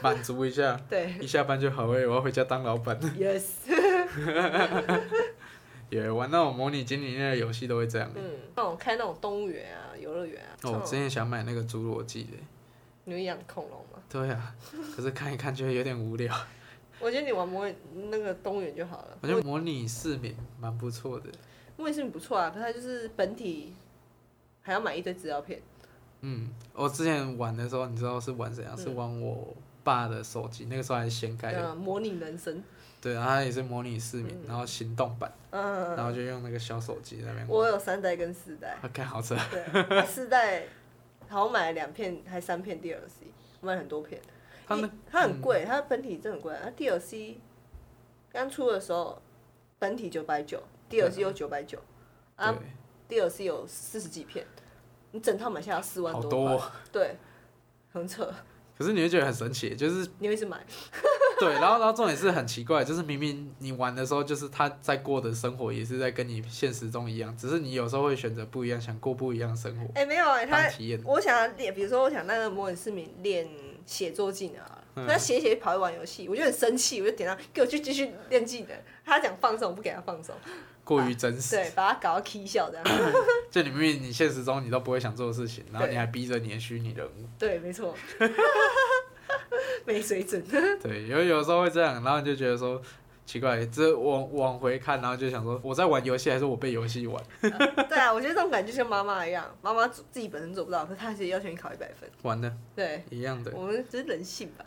Speaker 4: 满足一下，
Speaker 2: 对
Speaker 4: 一下班就好哎，我要回家当老板。
Speaker 2: ，yes，
Speaker 4: 也玩那种模拟经营类的游戏都会这样。
Speaker 2: 嗯，那种开那种动物园啊、游乐园啊，
Speaker 4: 哦，
Speaker 2: 这
Speaker 4: 我
Speaker 2: 种
Speaker 4: 之前想买那个侏罗纪的，
Speaker 2: 你会养恐龙吗？
Speaker 4: 对啊，可是看一看就会有点无聊。
Speaker 2: 我觉得你玩模拟那个动物园就好了。
Speaker 4: 我觉得模拟市民蛮不错的，
Speaker 2: 模拟是不错啊，可是它就是本体还要买一堆资料片，
Speaker 4: 嗯，我之前玩的时候，你知道是玩怎样？是玩我爸的手机，那个时候还是掀盖的，
Speaker 2: 嗯，模拟 人生，
Speaker 4: 对，然后它也是模拟市民，然后行动版，
Speaker 2: 嗯，
Speaker 4: 然后就用那个小手机在那边玩，
Speaker 2: 我有三代跟四代，
Speaker 4: 啊，看好扯，
Speaker 2: 对，它四代好像买了两片还三片 DLC，我买了很多片。
Speaker 4: 他嗯
Speaker 2: 一
Speaker 4: 那
Speaker 2: 它很贵，它本体真的很贵。它 DLC 刚出的时候，本体九百九，DLC 有九百九啊
Speaker 4: 对，
Speaker 2: ，DLC 有四十几片，你整套买下要四万
Speaker 4: 好
Speaker 2: 多
Speaker 4: 多、
Speaker 2: 块，
Speaker 4: 哦，
Speaker 2: 对，很扯，
Speaker 4: 可是你会觉得很神奇，就是
Speaker 2: 你会一直买，
Speaker 4: 对，然后然后重点是很奇怪，就是明明你玩的时候，就是他在过的生活也是在跟你现实中一样，只是你有时候会选择不一样，想过不一样的生活，
Speaker 2: 哎、没有哎、
Speaker 4: 当
Speaker 2: 它
Speaker 4: 体验，
Speaker 2: 我想要练，比如说我想那个模拟市民练写作技能啊，
Speaker 4: 嗯
Speaker 2: 那写一写跑去玩游戏，我就很生气，我就点他给我去继续练技能，他讲放松，我不给他 放松，
Speaker 4: 过于真实。
Speaker 2: 对，把他搞到 K 笑这样，
Speaker 4: 就你明明你现实中你都不会想做的事情，然后
Speaker 2: 对
Speaker 4: 你还逼着你的虚拟人物，
Speaker 2: 对，没错， 没水准。
Speaker 4: 对，有有时候会这样，然后你就觉得说奇怪，这往往回看，然后就想说我在玩游戏还是我被游戏玩？
Speaker 2: 对啊，我觉得这种感觉就像妈妈一样，妈妈自己本身做不到，可是她还是要求你考一百分。
Speaker 4: 玩的
Speaker 2: 对，
Speaker 4: 一样的，
Speaker 2: 我们只是人性吧。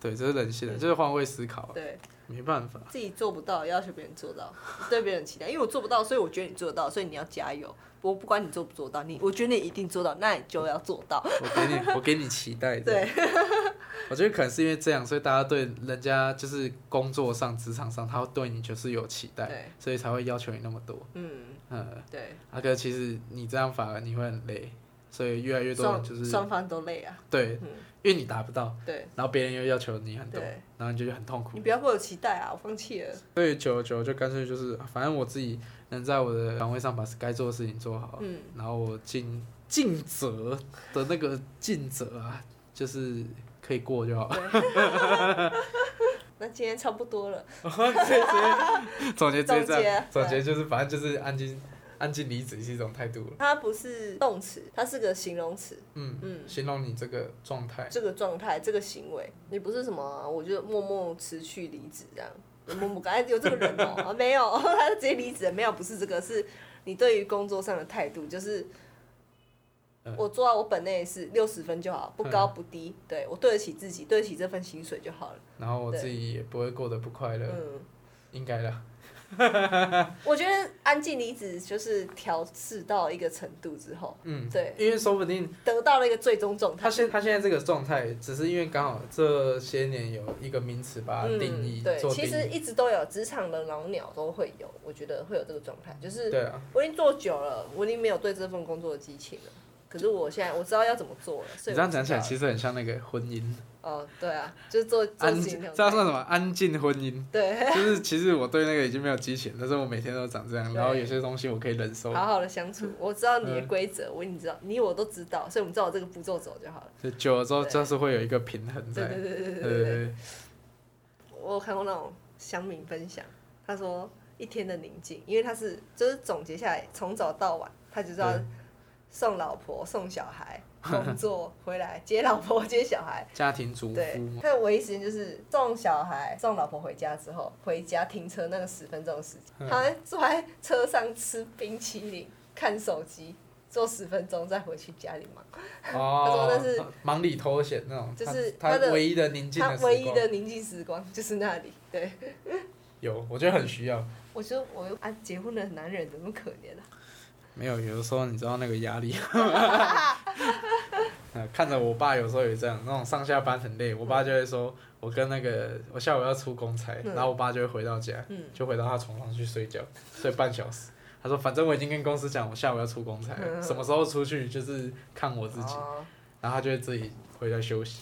Speaker 4: 对，这是人性的，就是换位思考啊，
Speaker 2: 对
Speaker 4: 没办法。
Speaker 2: 自己做不到，要求别人做到，对别人期待。因为我做不到，所以我觉得你做得到，所以你要加油。我不管你做不做到，你我觉得你一定做到，那你就要做到。
Speaker 4: 我给 你，我给你期待。
Speaker 2: 对，
Speaker 4: 我觉得可能是因为这样，所以大家对人家就是工作上、职场上，他会对你就是有期待
Speaker 2: 对，
Speaker 4: 所以才会要求你那么多。
Speaker 2: 嗯，
Speaker 4: 嗯，
Speaker 2: 对，
Speaker 4: 阿哥，其实你这样反而你会很累，所以越来越多人
Speaker 2: 双
Speaker 4: 就是
Speaker 2: 双方都累啊。
Speaker 4: 对
Speaker 2: 嗯，
Speaker 4: 因为你达不到，
Speaker 2: 对
Speaker 4: 然后别人又要求你很多
Speaker 2: 对，
Speaker 4: 然后你就觉得很痛苦
Speaker 2: 你。不要给我有期待啊，我放弃了。
Speaker 4: 所以久而久就干脆就是，啊反正我自己能在我的岗位上把该做的事情做好，
Speaker 2: 嗯，
Speaker 4: 然后我尽尽责的那个尽责啊，就是可以过就好。
Speaker 2: 那今天差不多了。
Speaker 4: 总结直接这样，
Speaker 2: 总
Speaker 4: 总
Speaker 2: 结
Speaker 4: 结就是反正就是安静安静离职是一种态度了。
Speaker 2: 它不是动词，它是个形容词。
Speaker 4: 嗯
Speaker 2: 嗯
Speaker 4: 形容你这个状态，
Speaker 2: 这个状态、这个行为，你不是什么、我就默默辞去离职这样，默默哎有这个人哦、 啊没有， 他就直接离职了，没有，不是这个，是你对于工作上的态度，就是
Speaker 4: 嗯
Speaker 2: 我做到我本内的事，六十分就好，不高不低，对我对得起自己，对得起这份薪水就好了。
Speaker 4: 然后我自己也不会过得不快乐，
Speaker 2: 嗯，
Speaker 4: 应该啦。
Speaker 2: 我觉得安静离职就是调试到一个程度之后，
Speaker 4: 嗯，
Speaker 2: 对，
Speaker 4: 因为说不定
Speaker 2: 得到了一个最终状态
Speaker 4: 他。现他现在这个状态，只是因为刚好这些年有一个名词把它定义、
Speaker 2: 嗯，对，
Speaker 4: 做定
Speaker 2: 其实
Speaker 4: 义。
Speaker 2: 一直都有，职场的老鸟都会有，我觉得会有这个状态，就是
Speaker 4: 对啊，
Speaker 2: 我已经做久了，我已经没有对这份工作的激情了。可是我现在我知道要怎么做了，所
Speaker 4: 你
Speaker 2: 以
Speaker 4: 这样讲起来，
Speaker 2: 我知
Speaker 4: 其实很像那个婚姻
Speaker 2: 道了哦，对啊，就是做做
Speaker 4: 安
Speaker 2: 事
Speaker 4: 静，
Speaker 2: 情
Speaker 4: 这
Speaker 2: 这
Speaker 4: 样
Speaker 2: 样
Speaker 4: 算什么？安静婚姻。
Speaker 2: 对，
Speaker 4: 就是其实我对那个已经没有激情，但是我每天都长这样，然后有些东西我可以忍受，
Speaker 2: 好好的 相处，我知道你的
Speaker 4: 嗯
Speaker 2: 规则，我你知道，你我都知道，所以我们照我这个步骤走就好了。
Speaker 4: 就久了之后
Speaker 2: 对
Speaker 4: 就是会有一个平衡
Speaker 2: 对
Speaker 4: 在。
Speaker 2: 对对对对
Speaker 4: 对
Speaker 2: 对对
Speaker 4: 对
Speaker 2: 对。
Speaker 4: 对，
Speaker 2: 我有看过那种乡民分享，他说一天的宁静，因为他是就是总结下来，从早到晚，他就是要
Speaker 4: 嗯
Speaker 2: 送老婆、送小 孩、工作回来接老婆、接小孩。
Speaker 4: 家庭主
Speaker 2: 对
Speaker 4: 妇嘛，
Speaker 2: 他的唯一时间就是送小孩、送老婆回家之后，回家停车那个十分钟的时间，
Speaker 4: 嗯
Speaker 2: 他会坐在车上吃冰淇淋、看手机，坐十分钟再回去家里忙。
Speaker 4: 哦，
Speaker 2: 他说那是
Speaker 4: 忙里偷闲那种，
Speaker 2: 就是
Speaker 4: 他
Speaker 2: 他的
Speaker 4: 唯一的宁静
Speaker 2: 他
Speaker 4: 的时
Speaker 2: 唯一
Speaker 4: 光
Speaker 2: 的宁静时光就是那里。对，
Speaker 4: 有，我觉得很需要。
Speaker 2: 我觉得我啊，结婚的男人怎么可怜啊？
Speaker 4: 没有，有的时候你知道那个压 力，呃看着我爸有时候也这样，那种上下班很累，我爸就会说，我跟那个我下午要出公差，
Speaker 2: 嗯
Speaker 4: 然后我爸就会回到家，
Speaker 2: 嗯
Speaker 4: 就回到他床上去睡觉，睡半小时。他说，反正我已经跟公司讲，我下午要出公差了，
Speaker 2: 嗯
Speaker 4: 什么时候出去就是看我自己，
Speaker 2: 哦
Speaker 4: 然后他就会自己回家休息。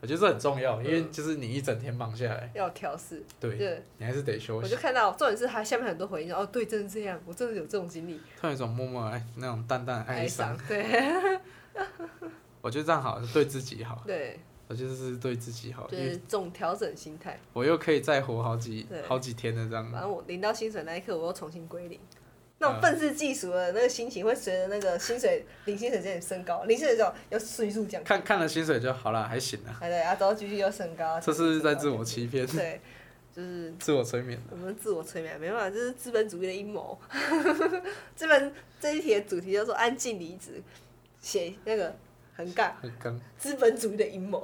Speaker 4: 我觉得这很重要，因为
Speaker 2: 嗯
Speaker 4: 就是你一整天忙下来，
Speaker 2: 要调试。
Speaker 4: 对
Speaker 2: 对，
Speaker 4: 你还是得休
Speaker 2: 我
Speaker 4: 息
Speaker 2: 就。看到重点是他下面很多回应，哦，对，真的这样，我真的有这种经历，
Speaker 4: 突然有一种默默的哀那种淡淡的哀
Speaker 2: 哀
Speaker 4: 伤
Speaker 2: 伤，，对
Speaker 4: 我觉得这样好，对自己好。
Speaker 2: 对，
Speaker 4: 我就是对自己好，
Speaker 2: 就
Speaker 4: 因
Speaker 2: 是
Speaker 4: 为
Speaker 2: 总调整心态。
Speaker 4: 我又可以再活好几
Speaker 2: 对
Speaker 4: 好几天的这
Speaker 2: 反
Speaker 4: 样。
Speaker 2: 正我领到薪水那一刻，我又重新归零。那
Speaker 4: 嗯
Speaker 2: 种愤世嫉俗的那个心情，会随着那个薪水领薪水这点升高，领薪水之后又迅速降低，
Speaker 4: 看看了薪水就好了，还行啊。
Speaker 2: 哎对，然后之后继续又升高，
Speaker 4: 这是在自我
Speaker 2: 继
Speaker 4: 欺骗
Speaker 2: 续，升高对，就是
Speaker 4: 自我催眠。
Speaker 2: 我们自我催眠，没办法，这是资本主义的阴谋。 资本这一题的主题叫做“安静离职”，写那个横杠
Speaker 4: 很刚，
Speaker 2: 资本主义的阴谋。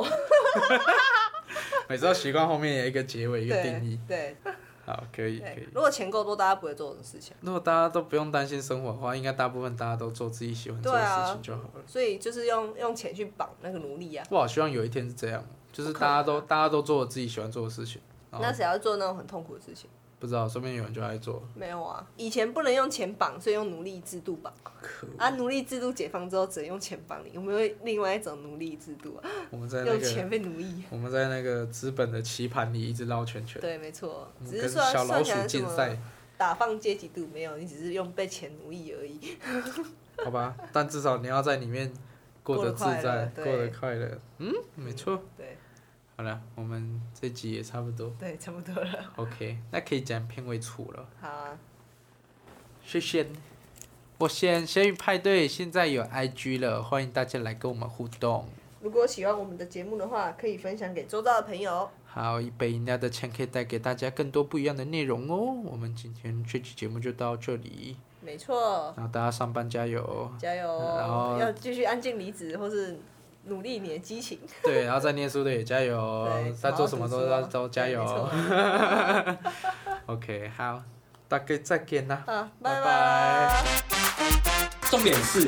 Speaker 4: 每次都习惯后面有一个结尾，一个定义。
Speaker 2: 对
Speaker 4: 好，可以可
Speaker 2: 对
Speaker 4: 以。
Speaker 2: 如果钱够多，大家不会做这种事情。
Speaker 4: 如果大家都不用担心生活的话，应该大部分大家都做自己喜欢做的
Speaker 2: 对啊
Speaker 4: 事情就好了。
Speaker 2: 所以就是用用钱去绑那个奴隶啊。
Speaker 4: 我好希望有一天是这样，就是大家都大家都做自己喜欢做的事情。然
Speaker 2: 那
Speaker 4: 后
Speaker 2: 谁要做那种很痛苦的事情？
Speaker 4: 不知道，说不定有人就爱做。
Speaker 2: 没有啊，以前不能用钱绑，所以用奴隶制度绑。
Speaker 4: 可恶
Speaker 2: 啊，奴隶制度解放之后，只能用钱绑你。有没有另外一种奴隶制度啊？
Speaker 4: 我们在那
Speaker 2: 用钱
Speaker 4: 个
Speaker 2: 被奴役。
Speaker 4: 我们在那个资本的棋盘里一直绕圈圈，
Speaker 2: 对，没错
Speaker 4: 我，们
Speaker 2: 只
Speaker 4: 跟
Speaker 2: 是算
Speaker 4: 小老
Speaker 2: 算起
Speaker 4: 鼠
Speaker 2: 来什
Speaker 4: 竞
Speaker 2: 么
Speaker 4: 赛。
Speaker 2: 打放阶级度没有，你只是用被钱奴役而已。
Speaker 4: 好吧，但至少你要在里面过得自在，
Speaker 2: 过得快乐对
Speaker 4: 过得快乐。嗯，没错。
Speaker 2: 对
Speaker 4: 好了，我们这集也差不 多。
Speaker 2: 对，差不多了。
Speaker 4: OK，那可以讲片尾曲了。
Speaker 2: 好啊，
Speaker 4: 谢谢。我先咸鱼派对现在有 IG 了，欢迎大家来跟我们互动。
Speaker 2: 如果喜欢我们的节目的话，可以分享给周遭的朋友。
Speaker 4: 好，一杯饮料的钱可以带给大家更多不一样的内容哦。我们今天这期节目就到这里，
Speaker 2: 没错，
Speaker 4: 然后大家上班加
Speaker 2: 。
Speaker 4: 油
Speaker 2: 加油
Speaker 4: 然后
Speaker 2: 哦！要继续安静离职，或是努力你的激情。
Speaker 4: 对，然后在念书的也加油
Speaker 2: 对，，
Speaker 4: 在做什么都要
Speaker 2: 好好读书哦
Speaker 4: 都加油。
Speaker 2: 对没错
Speaker 4: OK，好，大家再见啦。
Speaker 2: 好，
Speaker 4: 拜
Speaker 2: 拜
Speaker 4: 拜
Speaker 2: 拜。
Speaker 5: 重点是。